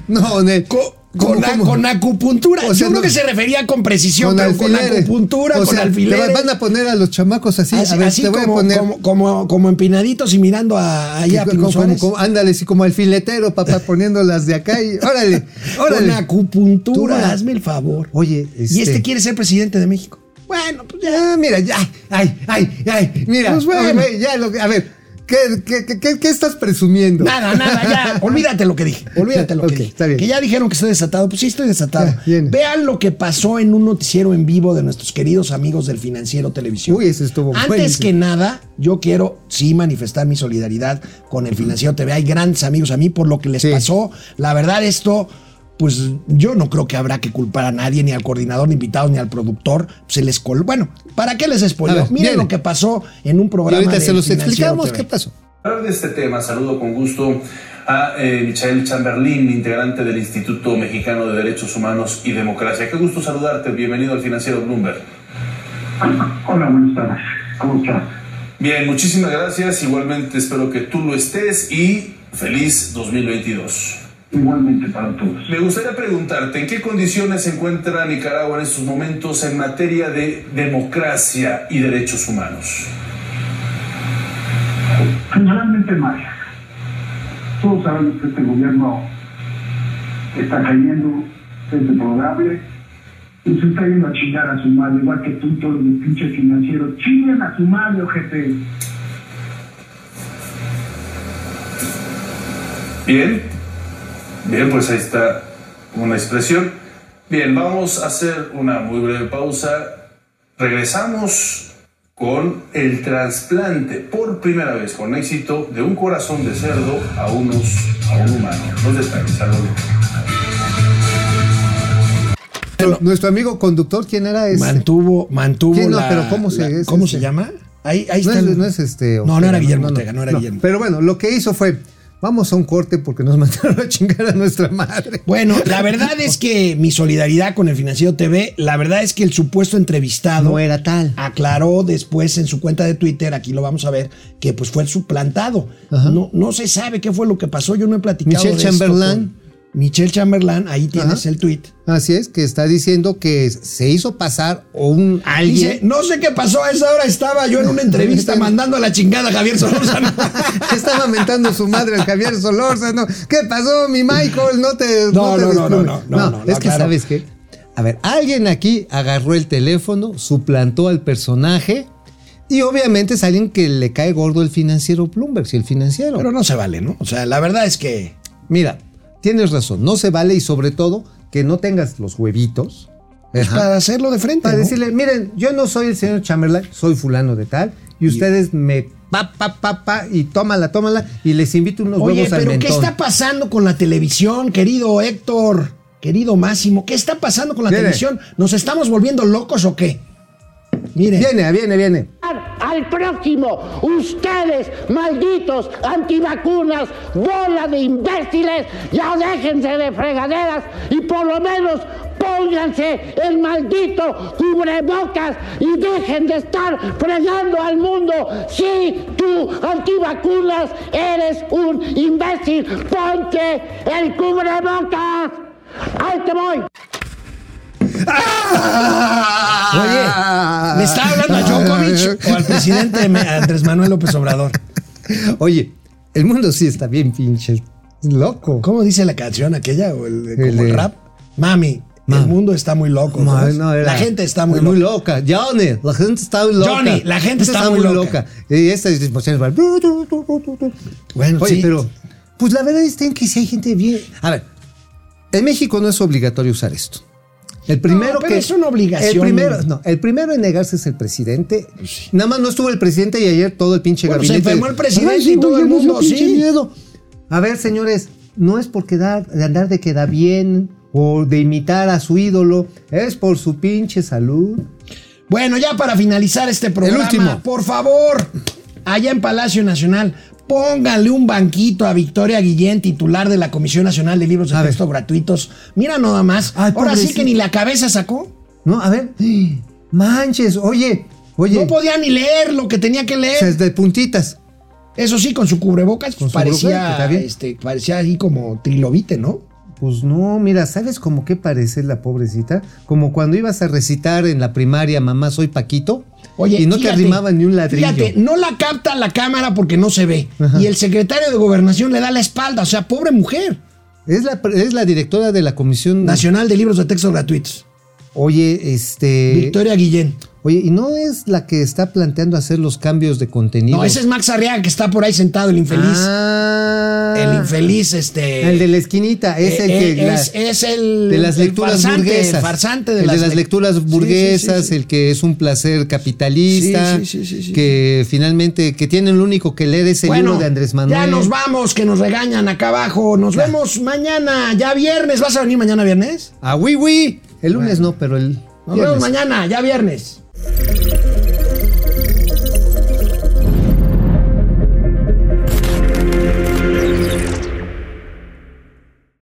S2: No, ne-
S1: Co-
S2: ¿cómo,
S1: Con, a-
S2: cómo?
S1: con acupuntura.
S2: O
S1: Yo
S2: sea,
S1: creo
S2: no-
S1: que se refería con precisión, pero con
S2: alfileres.
S1: acupuntura,
S2: O
S1: con
S2: sea, te
S1: alfileres.
S2: van a poner a los chamacos así.
S1: así
S2: a ver,
S1: así
S2: te voy
S1: como,
S2: a poner.
S1: como, como, como empinaditos y mirando a, allá a
S2: como-
S1: Pino
S2: como-
S1: Suárez.
S2: como- ándale, sí, como alfiletero, papá, poniéndolas de acá y. Órale,
S1: Con
S2: órale.
S1: acupuntura,
S2: Tura.
S1: hazme el favor.
S2: Oye,
S1: Y este
S2: este
S1: quiere ser presidente de México.
S2: Bueno, pues ya, mira, ya. Ay, ay, ay, mira.
S1: Pues bueno.
S2: oye, ya lo que- a ver, ¿qué, qué, qué- qué- qué estás presumiendo?
S1: Nada, nada, ya. Olvídate lo que dije. Olvídate lo
S2: Ok,
S1: que dije.
S2: está bien.
S1: Que ya dijeron que estoy desatado. Pues sí, estoy desatado.
S2: Ya, bien.
S1: Vean lo que pasó en un noticiero en vivo de nuestros queridos amigos del Financiero Televisión.
S2: Uy, ese estuvo
S1: Antes
S2: buenísimo.
S1: que nada, yo quiero sí manifestar mi solidaridad con el Financiero TV. Hay grandes amigos a mí por lo que les
S2: Sí.
S1: pasó. La verdad, esto. Pues yo no creo que habrá que culpar a nadie, ni al coordinador de invitados, ni al productor. Se les col... Bueno, ¿para qué les spoileo?
S2: A ver,
S1: Miren
S2: viene.
S1: lo que pasó en un
S2: Y
S1: programa.
S2: ahorita se
S1: del
S2: los
S1: Financiero
S2: explicamos
S1: TV.
S2: qué pasó.
S7: Para hablar de este tema, saludo con gusto a eh, Michael Chamberlain, integrante del Instituto Mexicano de Derechos Humanos y Democracia. Qué gusto saludarte, bienvenido al Financiero Bloomberg.
S8: Hola, buenas tardes. ¿Cómo estás?
S7: Bien, muchísimas gracias. Igualmente espero que tú lo estés y feliz 2022.
S8: Igualmente para todos.
S7: Me gustaría preguntarte, ¿en qué condiciones se encuentra Nicaragua en estos momentos en materia de democracia y derechos humanos?
S8: Generalmente mal. Todos sabemos que este gobierno está cayendo, es deplorable, y se está yendo a chingar a su madre, igual que tú, todos los pinches financieros. Chinguen a su madre, ojete.
S7: Bien, bien, pues ahí está una expresión. Bien, vamos a hacer una muy breve pausa. Regresamos con el trasplante por primera vez con éxito de un corazón de cerdo a, unos, a un humano. Los detalles, saludos.
S1: Pero-
S2: Nuestro amigo conductor, ¿quién era ese?
S1: Mantuvo, mantuvo
S2: Este, Sí, no,
S1: la-
S2: pero ¿cómo se-
S1: la-
S2: es
S1: ¿cómo
S2: este?
S1: se llama? Ahí, ahí
S2: no,
S1: está.
S2: es,
S1: el-
S2: no es este.
S1: No, no
S2: Ortega,
S1: era Guillermo Ortega, no era Guillermo.
S2: Pero bueno, lo que hizo fue: vamos a un corte porque nos mandaron a chingar a nuestra madre.
S1: Bueno, la verdad es que mi solidaridad con el Financiero TV, la verdad es que el supuesto entrevistado
S2: No era tal.
S1: aclaró después en su cuenta de Twitter, aquí lo vamos a ver, que pues fue suplantado.
S2: Ajá.
S1: No, no se sabe qué fue lo que pasó, yo no he platicado de
S2: Michelle
S1: esto
S2: Chamberlain.
S1: con- Michelle Chamberlain, ahí tienes
S2: Ajá.
S1: el tweet.
S2: Así es, que está diciendo que se hizo pasar o un
S1: Dice,
S2: alguien.
S1: no sé qué pasó, a esa hora estaba yo en una entrevista mandando a la chingada a Javier Solórzano.
S2: Estaba mentando su madre el Javier Solórzano. ¿Qué pasó, mi Michael? No te.
S1: No, no, no,
S2: te
S1: no,
S2: desplumes.
S1: no, no, no, no,
S2: Es que
S1: claro.
S2: sabes qué. A ver, alguien aquí agarró el teléfono, suplantó al personaje y obviamente es alguien que le cae gordo el financiero Bloomberg. Si el financiero.
S1: Pero no se vale, ¿no? O sea, la verdad es que...
S2: Mira, tienes razón, no se vale y sobre todo que no tengas los huevitos
S1: pues,
S2: ajá,
S1: para hacerlo de frente.
S2: para
S1: ¿no?
S2: decirle, miren, yo no soy el señor Chamberlain, soy fulano de tal y ustedes me pa pa pa pa y tómala, tómala y les invito unos
S1: Oye,
S2: huevos al
S1: pero ¿qué
S2: mentón.
S1: está pasando con la televisión, querido Héctor? Querido Máximo, ¿qué está pasando con la
S2: Viene.
S1: televisión? ¿Nos estamos volviendo locos o qué? Mire,
S2: Viene, viene, viene.
S9: al próximo. Ustedes, malditos antivacunas, bola de imbéciles, ya déjense de fregaderas y por lo menos pónganse el maldito cubrebocas y dejen de estar fregando al mundo. Sí, tú, antivacunas, eres un imbécil. Ponte el cubrebocas. Ahí te voy.
S2: Ah.
S1: ¿le está hablando a Djokovic o al presidente Me- Andrés Manuel López Obrador?
S2: Oye, el mundo sí está bien pinche loco.
S1: ¿Cómo dice la canción aquella o el, como
S2: El
S1: el
S2: de-
S1: rap? Mami, el
S2: Mami.
S1: mundo está muy loco. ¿no?
S2: Ma- no, era-
S1: la gente está muy, loca.
S2: Johnny, la gente está muy loca.
S1: Johnny, la gente está muy loca.
S2: Y esta es Bueno, Oye,
S1: sí.
S2: pero pues la verdad es que si hay gente bien. A ver, en México no es obligatorio usar esto. El primero
S1: pero
S2: que
S1: es una obligación.
S2: El primero, no, el primero en negarse es el presidente. Nada más no estuvo el presidente y ayer todo el pinche
S1: Bueno, se
S2: gabinete.
S1: enfermó el presidente
S2: Ay, sí,
S1: y todo
S2: güey,
S1: el
S2: ya me dio
S1: mundo,
S2: pinche
S1: sí.
S2: miedo. A ver, señores, no es por quedar, de andar de queda bien o de imitar a su ídolo, es por su pinche salud.
S1: Bueno, ya para finalizar este programa,
S2: último.
S1: por favor, allá en Palacio Nacional, pónganle un banquito a Victoria Guillén, titular de la Comisión Nacional de Libros de
S2: A ver.
S1: Texto Gratuitos. Mira nada más.
S2: Ay,
S1: Ahora sí
S2: pobrecita.
S1: que ni la cabeza sacó.
S2: No, a ver, manches, oye, oye,
S1: No podía ni leer lo que tenía que
S2: o
S1: leer.
S2: sea, es de puntitas.
S1: Eso sí, con su cubrebocas,
S2: Con su
S1: parecía,
S2: cubrebocas, está bien.
S1: este, parecía ahí como trilobite, ¿no?
S2: Pues no, mira, ¿sabes como qué parece la pobrecita? Como cuando ibas a recitar en la primaria, mamá, soy Paquito,
S1: Oye,
S2: y no
S1: fíjate,
S2: te arrimaban ni un ladrillo.
S1: Fíjate, no la capta la cámara porque no se ve.
S2: Ajá.
S1: Y el secretario de Gobernación le da la espalda. O sea, pobre mujer.
S2: Es, la, pre- es la directora de la Comisión
S1: Nacional de Libros de Texto Gratuitos.
S2: Oye, este.
S1: Victoria Guillén.
S2: Oye, ¿y no es la que está planteando hacer los cambios de contenido?
S1: No, ese es Max Arriaga que está por ahí sentado, el infeliz.
S2: Ah.
S1: el infeliz, este.
S2: El de la esquinita, es
S1: eh,
S2: el que.
S1: eh,
S2: la-
S1: es, es el.
S2: de las
S1: el
S2: lecturas
S1: farsante,
S2: burguesas.
S1: El farsante de,
S2: El
S1: las,
S2: de las
S1: lec- Sí,
S2: lecturas
S1: sí, sí,
S2: burguesas,
S1: sí.
S2: el que es un placer capitalista,
S1: Sí, sí, sí, sí, sí.
S2: que finalmente, que tienen lo único que leer es el
S1: Bueno,
S2: libro de Andrés Manuel.
S1: Ya nos vamos, que nos regañan acá abajo. Nos vemos mañana, ya viernes. ¿Vas a venir mañana viernes?
S2: A Wii Wii. Ah, El lunes no, pero el.
S1: Nos
S2: viernes.
S1: vemos mañana, ya viernes.